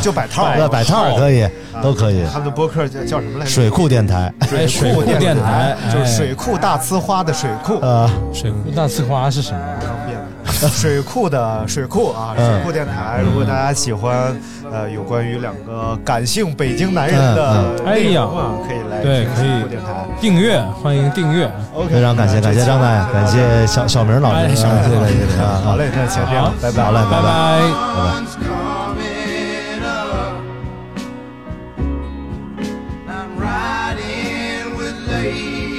就百套，
那摆套儿可以，
啊
都可以，
他们的播客叫叫什么来着？
水库电台
哎水库电台
台，啊就是
哎
水库大呲花的水库。
啊，
水库大呲花是什么？
方便的 水库的水库啊，
嗯
水库电台。如果大家喜欢，呃，有关于两个感性北京男人的
嗯哎
内
呀
容啊，可以来
对，
听
可
水库电台。
以订阅，欢迎订阅。
OK，
非常感谢感谢张大爷，感谢小小明老师，
哎
感谢
小明
感谢感谢啊，
好嘞，那先这样
好，
拜拜，
好嘞，
拜
拜。
拜。
拜
coming up. I'm riding with lady.
Oh,